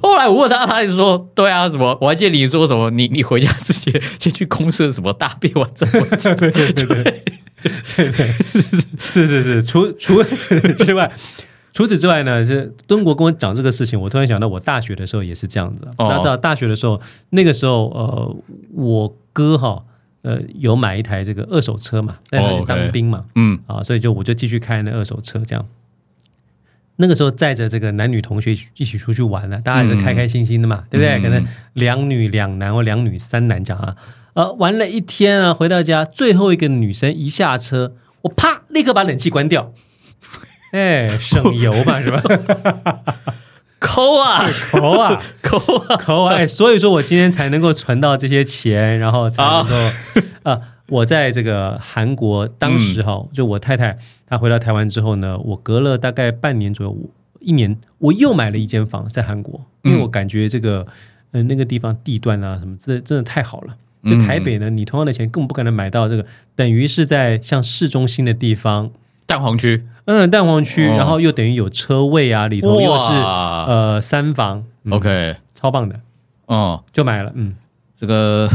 B: 后来我问他，他就说：“对啊，什么？我还记得你说什么？你你回家之前先去公社什么大便完再回家。
C: 对对对对对对对，是是是，除除此之外。除此之外呢，是敦国跟我讲这个事情，我突然想到，我大学的时候也是这样子的。
B: 哦
C: 大家知道，大学的时候，那个时候，呃，我哥哈，呃，有买一台这个二手车嘛，那时候
B: 哦
C: 也
B: ，OK
C: 当兵嘛，”
B: 嗯，
C: 啊，所以就我就继续开那二手车这样。那个时候载着这个男女同学一起一起出去玩了、啊大家也是开开心心的嘛，对不对？可能两女两男或两女三男这样啊，呃，玩了一天啊，回到家，最后一个女生一下车，我啪立刻把冷气关掉，哎，省油嘛，是吧？
B: 抠啊，
C: 抠啊，
B: 抠啊，
C: 抠啊！哎，所以说我今天才能够存到这些钱，然后才能够、 啊，我在这个韩国当时哈、
B: 嗯
C: 就我太太她回到台湾之后呢，我隔了大概半年左右，我一年我又买了一间房在韩国，因为我感觉这个嗯、呃那个地方地段啊什么，这真的太好了。就台北呢，你同样的钱根本不可能买到这个，等于是在像市中心的地方，
B: 蛋黄区
C: 嗯，蛋黄区，
B: 哦
C: 然后又等于有车位啊，里头又是
B: 哇
C: 呃三房、嗯
B: OK，
C: 超棒的，
B: 哦、
C: 就买了，嗯，
B: 这个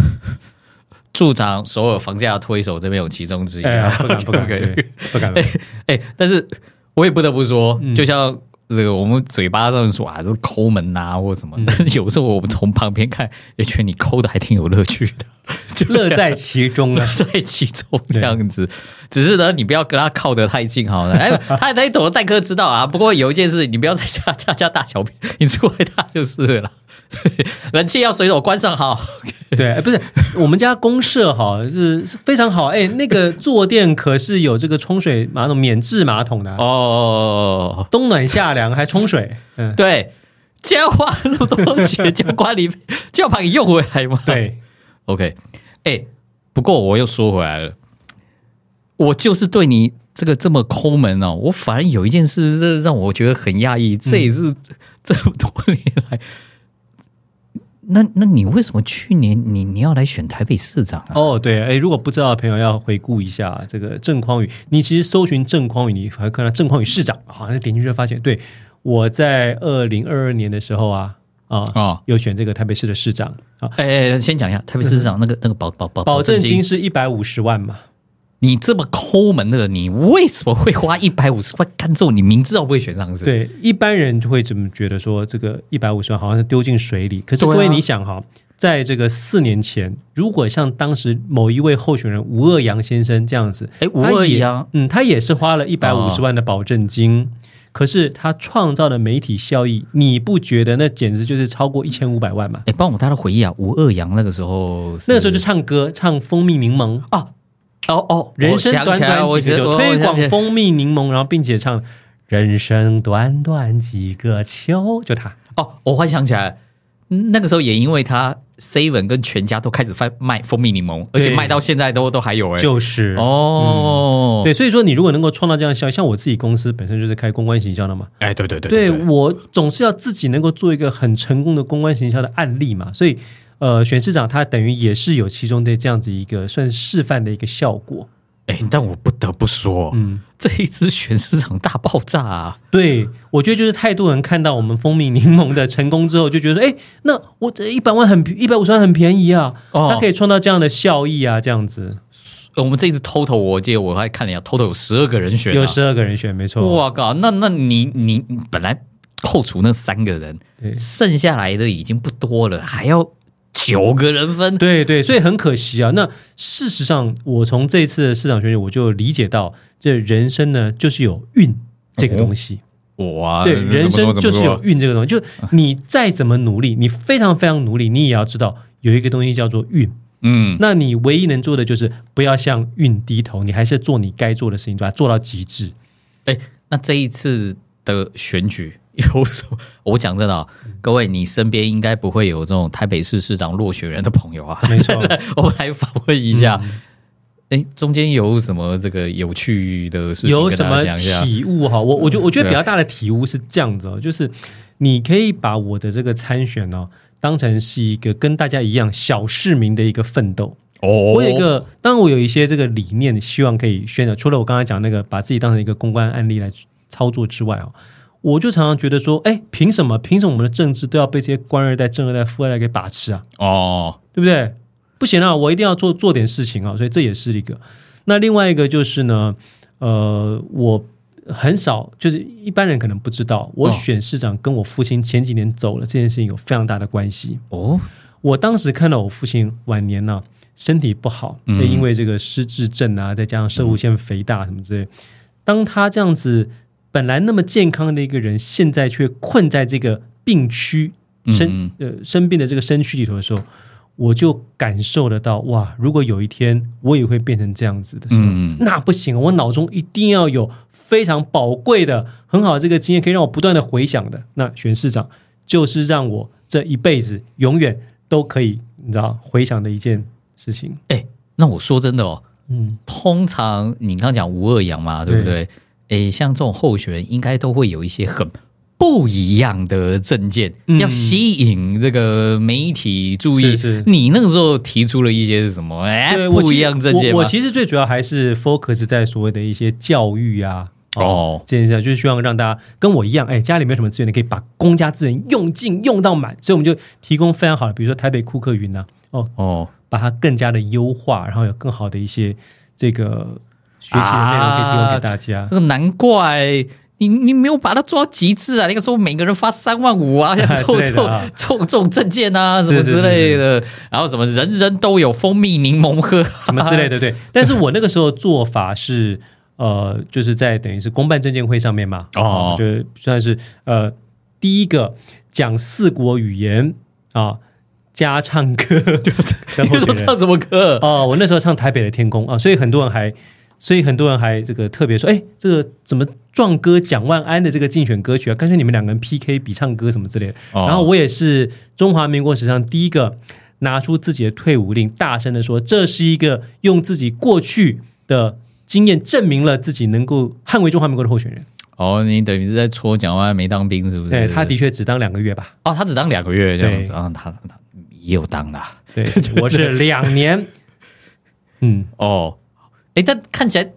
B: 助长首尔房价的推手，这边有其中之一、
C: 哎
B: 啊
C: 呀，不 敢不敢，
B: OK
C: 对，不敢，不敢
B: 哎、但是我也不得不说，就像这个我们嘴巴上说啊，这是抠门呐、或什么，但是有时候我们从旁边看，也觉得你抠的还挺有乐趣的，就
C: 乐在其中
B: 乐。
C: 啊
B: 在其中这样子。只是呢，你不要跟他靠得太近好了。哎，他他懂得待客之道啊。不过有一件事，你不要再加加加大小便，你出来大就是了。 对冷气要随手关上好。
C: 对，哎不是我们家公社哈是是非常好，哎，那个坐垫可是有这个冲水马桶，免治马桶的啊，
B: 哦，
C: 冬暖夏凉还冲水， 嗯，
B: 对，既然花那么多钱交管理费，就要把你用回来嘛。
C: 对，
B: OK，哎、不过我又说回来了，我就是对你这个这么抠门哦，我反而有一件事这让我觉得很讶异，这也
C: 嗯
B: 是这么多年来， 那那你为什么去年你你要来选台北市长啊？
C: 哦，对，哎，如果不知道的朋友要回顾一下这个郑匡宇，你其实搜寻郑匡宇，你还看到郑匡宇市长，好、像点进去就发现，对我在二零二二年的时候啊啊，
B: 哦
C: 有选这个台北市的市长啊，
B: 哎、哎先讲一下台北市长那个那个保保保
C: 保证金
B: 金，
C: 是一百五十万嘛，
B: 你这么抠门的，你为什么会花一百五十块干揍？你明知道不会选上是？，
C: 对，一般人就会怎么觉得说这个一百五十万好像是丢进水里，可是各
B: 对啊
C: 位你想哈、在这个四年前，如果像当时某一位候选人吴鄂阳先生这样子，
B: 哎、无二一啊，
C: 嗯，他也是花了一百五十万的保证金，可是他创造的媒体效益，你不觉得那简直就是超过一千五百万吗？
B: 哎、帮我大家回忆啊，吴二阳那个时候是，
C: 那个时候就唱歌，唱《蜂蜜柠檬》，
B: 哦哦，
C: 人
B: 我
C: 生
B: 想
C: 短
B: 起来
C: 短
B: 我
C: 几
B: 觉得
C: 个秋，
B: 我
C: 推
B: 想
C: 广
B: 起来
C: 蜂蜜柠檬，然后并且唱“人生短短几个秋”，就他，
B: 哦，我幻想起来，嗯那个时候也因为他 seven 跟全家都开始贩卖蜂蜜柠檬，而且
C: 对
B: 卖到现在都都还有哎、
C: 就是。
B: 哦，
C: 对，所以说你如果能够创造这样的效益，像我自己公司本身就是开公关行销的嘛，
B: 哎，对对对
C: 对我总是要自己能够做一个很成功的公关行销的案例嘛，所以呃，选市长他等于也是有其中的这样子一个算示范的一个效果。
B: 哎，但我不得不说，嗯，这一支选市场大爆炸啊，
C: 对，我觉得就是太多人看到我们蜂蜜柠檬的成功之后，就觉得说，哎，那我这一百万很一百五十万很便宜啊，
B: 哦
C: 它可以创造这样的效益啊，这样子
B: 我们这一支 total，我记得我还看了一下，total 有十二个人选、啊，
C: 有十二个人选，没错，
B: 我靠，那那你你你本来扣除那三个人，
C: 对
B: 剩下来的已经不多了，还要九个人 分，
C: 对对，所以很可惜啊。那事实上，我从这一次的市长选举，我就理解到，这人生呢就是有运这个东西。
B: 哇，
C: 对，
B: 这
C: 人
B: 啊怎么说
C: 生就是有
B: 怎么说
C: 运这个东西， 就你再怎么努力，你非常非常努力，你也要知道有一个东西叫做运。
B: 嗯，
C: 那你唯一能做的就是不要向运低头，你还是做你该做的事情，把它做到极致。
B: 哎，那这一次的选举 有什么？我讲真的、啊，各位，你身边应该不会有这种台北市市长落选人的朋友啊。
C: 没错， 嗯
B: 我们来访问一下，哎、中间有什么这个有趣的事情
C: 有
B: 跟
C: 什
B: 大
C: 么
B: 家讲一下？
C: 体悟哈？我我觉得我觉得
B: 对
C: 比
B: 啊
C: 较大的体悟是这样子哦，就是你可以把我的这个参选呢、当成是一个跟大家一样小市民的一个奋斗。
B: 哦，
C: 我有一个，当然我有一些这个理念，希望可以宣扬。除了我刚才讲那个把自己当成一个公关案例来操作之外啊，我就常常觉得说，哎，凭什么？凭什么我们的政治都要被这些官二代、正二代、富二代给把持啊？
B: 哦，
C: 对不对？不行啊，我一定要做做点事情啊，所以这也是一个。那另外一个就是呢，呃，我很少，就是一般人可能不知道，我
B: 哦
C: 选市长跟我父亲前几年走了这件事情有非常大的关系。
B: 哦，
C: 我当时看到我父亲晚年呢、身体不好，
B: 嗯
C: 因为这个失智症啊，再加上射物腺肥大什么之类，当他这样子本来那么健康的一个人，现在却困在这个病区
B: 嗯
C: 生、呃生病的这个身躯里头的时候，我就感受得到哇，如果有一天我也会变成这样子的时候，
B: 嗯，
C: 那不行，我脑中一定要有非常宝贵的、很好的这个经验，可以让我不断的回想的。那选市长就是让我这一辈子永远都可以，你知道回想的一件事情。
B: 哎、那我说真的哦，
C: 嗯，
B: 通常你刚讲无二阳嘛，对不对？诶，像这种候选人应该都会有一些很不一样的证件，要吸引这个媒体注意。
C: 嗯是是
B: 你那个时候提出了一些是什么？哎，
C: 对，
B: 不
C: 我其
B: 一
C: 实
B: 样证件
C: 我。我
B: 吗？
C: 其实最主要还是 focus 在所谓的一些教育啊。
B: 哦
C: 这件事就是希望让大家跟我一样，哎，家里没有什么资源，你可以把公家资源用尽、用到满，所以我们就提供非常好的，比如说台北库克云呐、哦，
B: 哦，
C: 把它更加的优化，然后有更好的一些这个学习的内容可以提供给 大家。
B: 这个难怪。你你没有把它做到极致啊！那个时候每个人发三万五 啊，像
C: 之
B: 抽
C: 类
B: 抽
C: 的啊
B: 抽这种证件啊，什么
C: 是是
B: 之类的，然后什么人人都有蜂蜜柠檬喝，
C: 什么之类的，对。但是我那个时候做法是，呃，就是在等于是公办证监会上面嘛，
B: 哦
C: 就是算是呃第一个讲四国语言啊加唱歌 的候
B: 你 说
C: 选人
B: 唱什么歌？
C: 哦，我那时候唱台北的天空啊，所以很多人还，所以很多人还这个特别说，哎，这个怎么壮哥蒋万安的这个竞选歌曲啊，干脆你们两个人 PK 比唱歌什么之类的。
B: 哦
C: 然后我也是中华民国史上第一个拿出自己的退伍令，大声的说，这是一个用自己过去的经验证明了自己能够捍卫中华民国的候选人。
B: 哦，你等于是在戳蒋万安没当兵是不是？
C: 对，他的确只当两个月吧。
B: 哦，他只当两个月这样子
C: 对
B: 啊，他他也有当啦。
C: 对，我是两年。嗯，
B: 哦，哎，但看起来嘖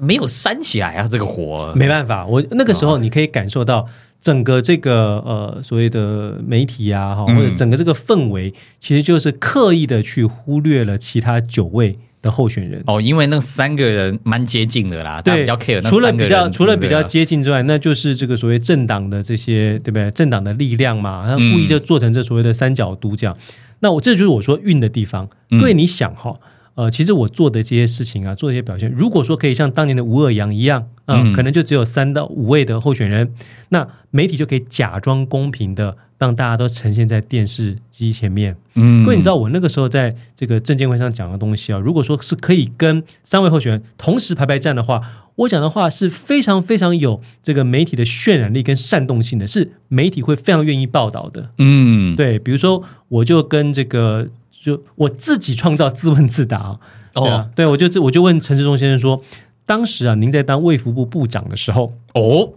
B: 没有煽起来啊，这个火
C: 没办法，我那个时候你可以感受到整个这个呃所谓的媒体啊，哈，
B: 嗯
C: 或者整个这个氛围，其实就是刻意的去忽略了其他九位的候选人。
B: 哦，因为那三个人蛮接近的啦，大家
C: 对，
B: 比较 care 那
C: 除了
B: 三个
C: 比较
B: 人
C: 除了比较
B: 对啊
C: 接近之外，那就是这个所谓政党的这些对不对？政党的力量嘛，
B: 嗯
C: 他故意就做成这所谓的三角独角。那我这就是我说运的地方。
B: 嗯
C: 各位你想哈、呃，其实我做的这些事情啊，做的这些表现，如果说可以像当年的吴尔阳一样，
B: 嗯
C: 嗯，可能就只有三到五位的候选人，那媒体就可以假装公平的让大家都呈现在电视机前面。
B: 嗯
C: 因为你知道我那个时候在这个证监会上讲的东西啊，如果说是可以跟三位候选人同时排排站的话，我讲的话是非常非常有这个媒体的渲染力跟煽动性的，是媒体会非常愿意报道的。
B: 嗯，
C: 对，比如说我就跟这个就我自己创造自问自答啊，对啊
B: 哦
C: 对我就自我就问陈志忠先生说，当时啊您在当卫福部部长的时候，
B: 哦，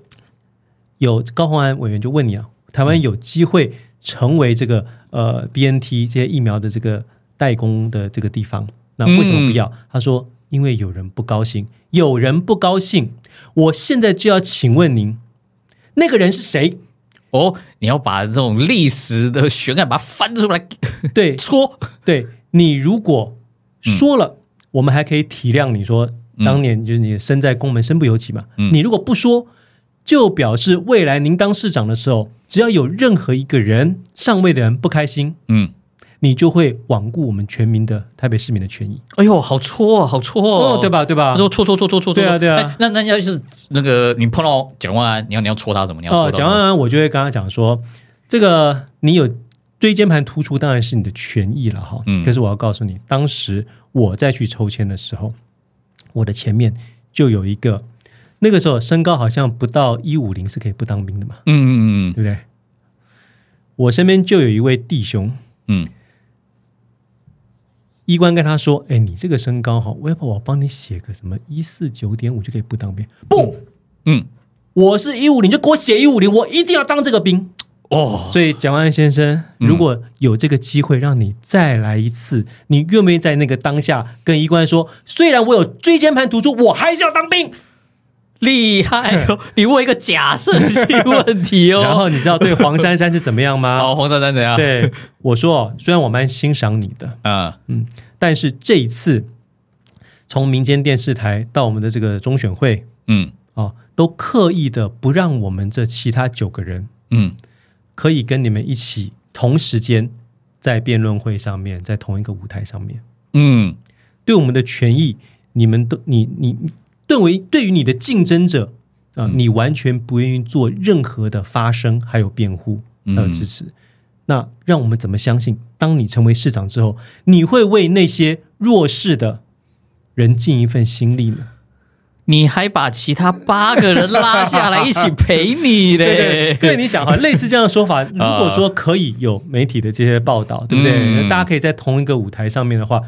C: 有高鸿安委员就问你啊，台湾有机会成为这个呃 BNT 这些疫苗的这个代工的这个地方，那为什么不要？他说，因为有人不高兴，有人不高兴，我现在就要请问您，那个人是谁？
B: 哦，你要把这种历史的悬案把它翻出来
C: 对
B: 戳，
C: 对，你如果说了，我们还可以体谅你说，当年就是你身在宫门身不由己嘛。你如果不说，就表示未来您当市长的时候，只要有任何一个人上位的人不开心，
B: 嗯，
C: 你就会罔顾我们全民的台北市民的权益，
B: 哎呦，好戳啊，好戳
C: 哦，对？吧？对
B: 他
C: 吧？
B: 说戳戳戳戳戳，戳
C: 对啊对啊
B: 哎那那要是那个你碰到蒋万安，你要你要戳他什么？你要戳
C: 哦，
B: 他
C: 蒋
B: 什么
C: 万安，我就会跟他讲说，这个你有椎间盘突出，当然是你的权益了哈。
B: 嗯
C: 可是我要告诉你，当时我再去抽签的时候，我的前面就有一个，那个时候身高好像不到一五零是可以不当兵的嘛，
B: 嗯嗯
C: 对不对？我身边就有一位弟兄，
B: 嗯
C: 医官跟他说：“哎，你这个身高哈，我要不我帮你写个什么一四九点五就可以不当兵？不，
B: 嗯，
C: 我是一五零，就给我写一五零，我一定要当这个兵。”
B: 哦，
C: 所以蒋万安先生，如果有这个机会让你再来一次，你愿不愿意在那个当下跟医官说，虽然我有椎间盘突出，我还是要当兵？
B: 厉害 哦！你问一个假设性问题
C: 然
B: 哦。
C: 后你知道对黄珊珊是怎么样 吗？
B: 好，黄珊珊怎样？，
C: 对我说哦，虽然我蛮欣赏你的，嗯
B: 啊，
C: 但是这一次从民间电视台到我们的这个中选会
B: 嗯
C: 啊、哦都刻意的不让我们这其他九个人
B: 嗯，
C: 可以跟你们一起同时间在辩论会上面，在同一个舞台上面。
B: 嗯，
C: 对我们的权益，你们都你你对为对于你的竞争者啊、呃你完全不愿意做任何的发声，还有辩护，还有支持。那让我们怎么相信，当你成为市长之后，你会为那些弱势的人尽一份心力呢？
B: 你还把其他八个人拉下来一起陪你嘞。
C: 对，你想哈，类似这样的说法，如果说可以有媒体的这些报道，对不对？
B: 嗯
C: 那大家可以在同一个舞台上面的话，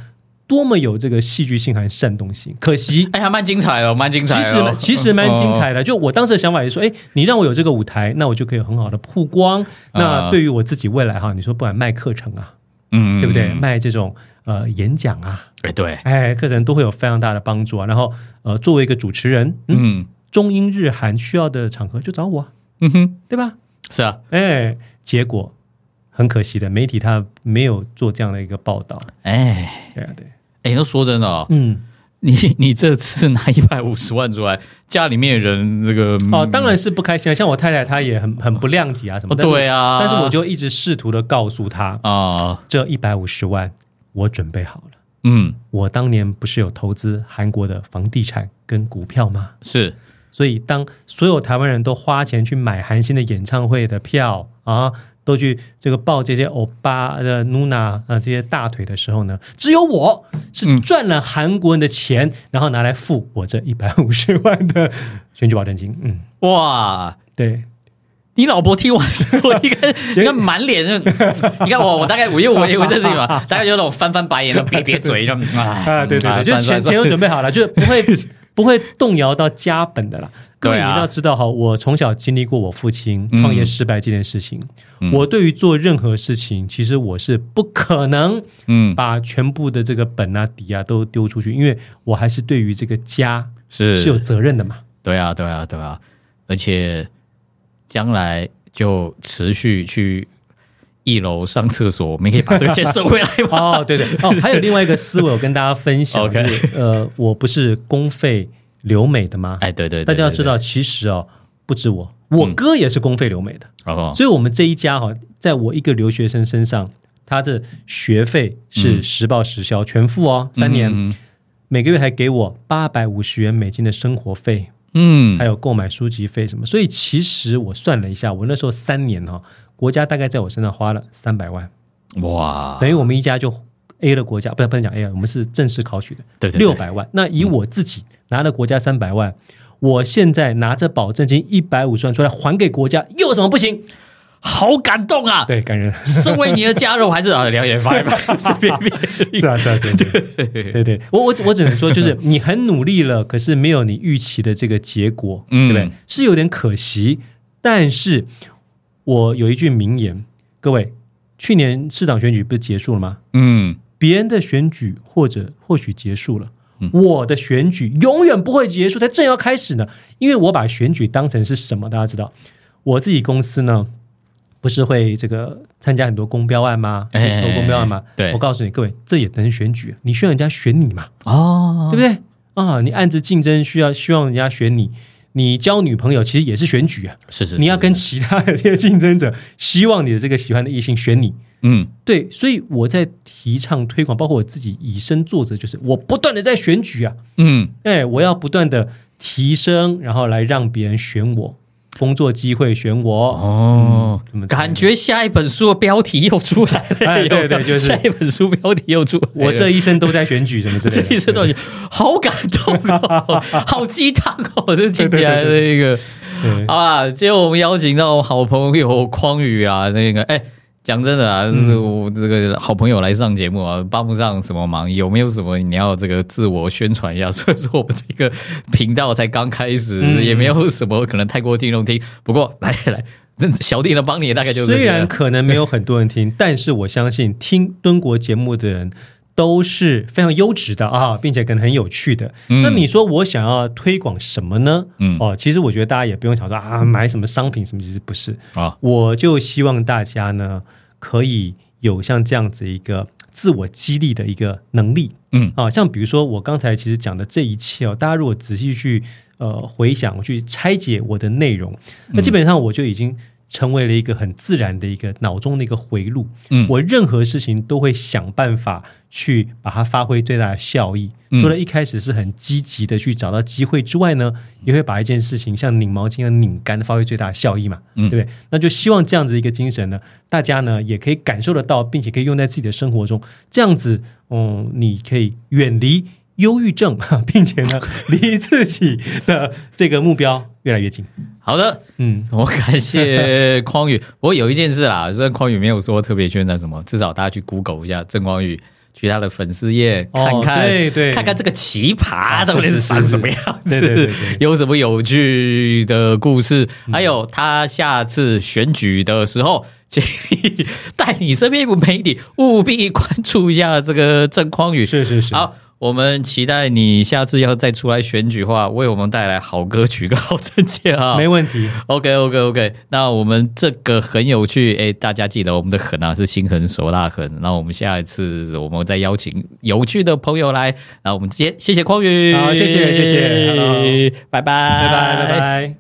C: 多么有这个戏剧性和煽动性。可惜
B: 哎呀，蛮精彩的，蛮精彩
C: 其实
B: 的哦
C: 蛮，其实蛮精彩的。就我当时的想法也说，哎，你让我有这个舞台，那我就可以有很好的曝光。那对于我自己未来哈，你说不然卖课程啊，
B: 嗯，
C: 对不对？卖这种呃演讲啊，
B: 哎，对，
C: 哎，课程都会有非常大的帮助啊。然后呃，作为一个主持人，嗯，
B: 嗯
C: 中英日韩需要的场合就找我啊，
B: 嗯哼，
C: 对吧？
B: 是啊，
C: 哎，结果很可惜的，媒体他没有做这样的一个报道。
B: 哎
C: 对啊，对，
B: 哎，那说真的哦，
C: 嗯，
B: 你你这次拿一百五十万出来，家里面人这个嗯
C: 哦，当然是不开心啊。像我太太，她也很很不谅解啊什么。
B: 哦
C: 但是
B: 对啊
C: 但是我就一直试图的告诉她，
B: 啊，
C: 这一百五十万我准备好了。
B: 嗯，
C: 我当年不是有投资韩国的房地产跟股票吗？
B: 是
C: 所以，当所有台湾人都花钱去买韩星的演唱会的票啊，都去这个抱这些欧巴呃、努娜啊这些大腿的时候呢，只有我是赚了韩国人的钱，然后拿来付我这一百五十万的选举保证金。嗯，
B: 哇。
C: 对，
B: 你老婆听完之后，应 该应该满脸就，你看我我大概我因为我也会这事 情嘛，大概有那种翻翻白眼，那种瘪瘪嘴，那种
C: 啊，对对对，就是钱钱
B: 有
C: 有准备好了，就是不 会不会动摇到家本的啦。各位，
B: 对
C: 你
B: 啊
C: 要知道哈，我从小经历过我父亲
B: 嗯
C: 创业失败这件事情，我对于做任何事情，其实我是不可能
B: 嗯
C: 把全部的这个本啊底啊都丢出去，因为我还是对于这个家
B: 是
C: 是有责任的嘛。
B: 对啊，对啊，对啊，而且将来就持续去一楼上厕所，我们可以把这个钱收回来 吧。
C: 哦，对对，哦，还有另外一个思维，我跟大家分享
B: OK
C: 就是呃，我不是公费留美的吗？
B: 哎，对对对
C: 大家要知，
B: 对
C: 道，其实哦，不止我，我哥也是公费留美的。
B: 对哦，
C: 所以，我们这一家哈，在我一个留学生身上，他的学费是实报实销，全付哦，三年，
B: 嗯
C: 每个月还给我八百五十元美金的生活费，
B: 嗯，
C: 还有购买书籍费什么。所以，其实我算了一下，我那时候三年哈，国家大概在我身上花了三百万，
B: 哇，
C: 等于我们一家就 A 了国家，不不能讲 A 了，我们是正式考取的，
B: 对对对
C: 六百万。那以我自己拿了国家三百万。我现在拿着保证金一百五十万出来还给国家，又有什么不行？
B: 好感动啊！
C: 对，感人。
B: 身为你的家人，我还是啊两眼发 白，这边
C: 是啊，是啊，是啊，对对对，我我我只能说，就是你很努力了，可是没有你预期的这个结果，
B: 嗯
C: 对不对？是有点可惜，但是我有一句名言，各位，去年市长选举不是结束了吗？
B: 嗯，
C: 别人的选举或者或许结束了。
B: 嗯
C: 我的选举永远不会结束，它正要开始呢。因为我把选举当成是什么？大家知道，我自己公司呢，不是会这个参加很多公标案吗？
B: 哎
C: 很多公标案吗？
B: 对
C: 我告诉你各位，这也等于选举，啊你需要人家选你嘛，对
B: 哦，
C: 不对？啊，你案子竞争需要希望人家选你，你交女朋友其实也是选举啊，
B: 是是，
C: 你要
B: 是
C: 跟其他的这些竞争者，希望你的这个喜欢的异性选你，
B: 嗯
C: 对，所以我在提倡推广，包括我自己以身作则，就是我不断的在选举啊，
B: 嗯，
C: 哎，我要不断的提升，然后来让别人选我，工作机会选我，
B: 哦
C: 怎么，
B: 感觉下一本书的标题又出来了，
C: 哎对
B: 有
C: 对
B: 没有
C: 就是哎
B: 下一本书标题又出来了，
C: 我这一生都在选举什么之类
B: 哎 这
C: 的。
B: 一次东西好感动 哦，好鸡汤哦，这听起来的一个
C: 对
B: 啊，今天我们邀请到好朋友匡宇啊，那个哎。讲真的啊，就是我这个好朋友来上节目啊，帮不上什么忙，有没有什么你要这个自我宣传一 下？所以说我们这个频道才刚开始，
C: 嗯
B: 也没有什么可能太过听众听。不过来来，这小弟能帮你的大概就是这
C: 虽
B: 些
C: 然
B: 了
C: 可能没有很多 人听，但是我相信听敦国节目的人都是非常优质的啊，并且可能很有趣的。那你说我想要推广什么呢？
B: 嗯
C: 哦，其实我觉得大家也不用想说啊，买什么商品什么，其实不是
B: 啊，
C: 我就希望大家呢，可以有像这样子一个自我激励的一个能力。
B: 嗯
C: 啊，像比如说我刚才其实讲的这一切哦，大家如果仔细去呃回想、去拆解我的内容，那基本上我就已经成为了一个很自然的一个脑中的一个回路。
B: 嗯
C: 我任何事情都会想办法去把它发挥最大的效益。
B: 嗯
C: 除了一开始是很积极的去找到机会之外呢，也会把一件事情像拧毛巾一样拧干，发挥最大的效益嘛，
B: 嗯
C: 对不对？那就希望这样子一个精神呢，大家呢也可以感受得到，并且可以用在自己的生活中。这样子，嗯，你可以远离忧郁症， 并且 呢，离自己的这个目标越来越近。
B: 好的，
C: 嗯，
B: 我感谢匡宇。不过有一件事啦，虽然匡宇没有说特别宣传什么，至少大家去 Google 一下郑匡宇去他的粉丝页
C: 哦
B: 看看，
C: 对对
B: 看看这个奇葩
C: 啊
B: 到底
C: 是
B: 是
C: 是
B: 长
C: 是
B: 什么样子，
C: 对对对对
B: 有什么有趣的故事，还有他下次选举的时候。请你带你身边的媒体务必关注一下这个郑匡宇，
C: 是是是，
B: 好，我们期待你下次要再出来选举的话，为我们带来好歌曲跟好政见啊。
C: 没问题。
B: OK OK OK，那我们这个很有趣，哎，大家记得我们的狠啊是心狠手辣狠。那我们下一次我们再邀请有趣的朋友来，那我们今天谢谢匡宇，
C: 好谢谢谢谢，hello
B: 拜拜
C: 拜拜拜拜。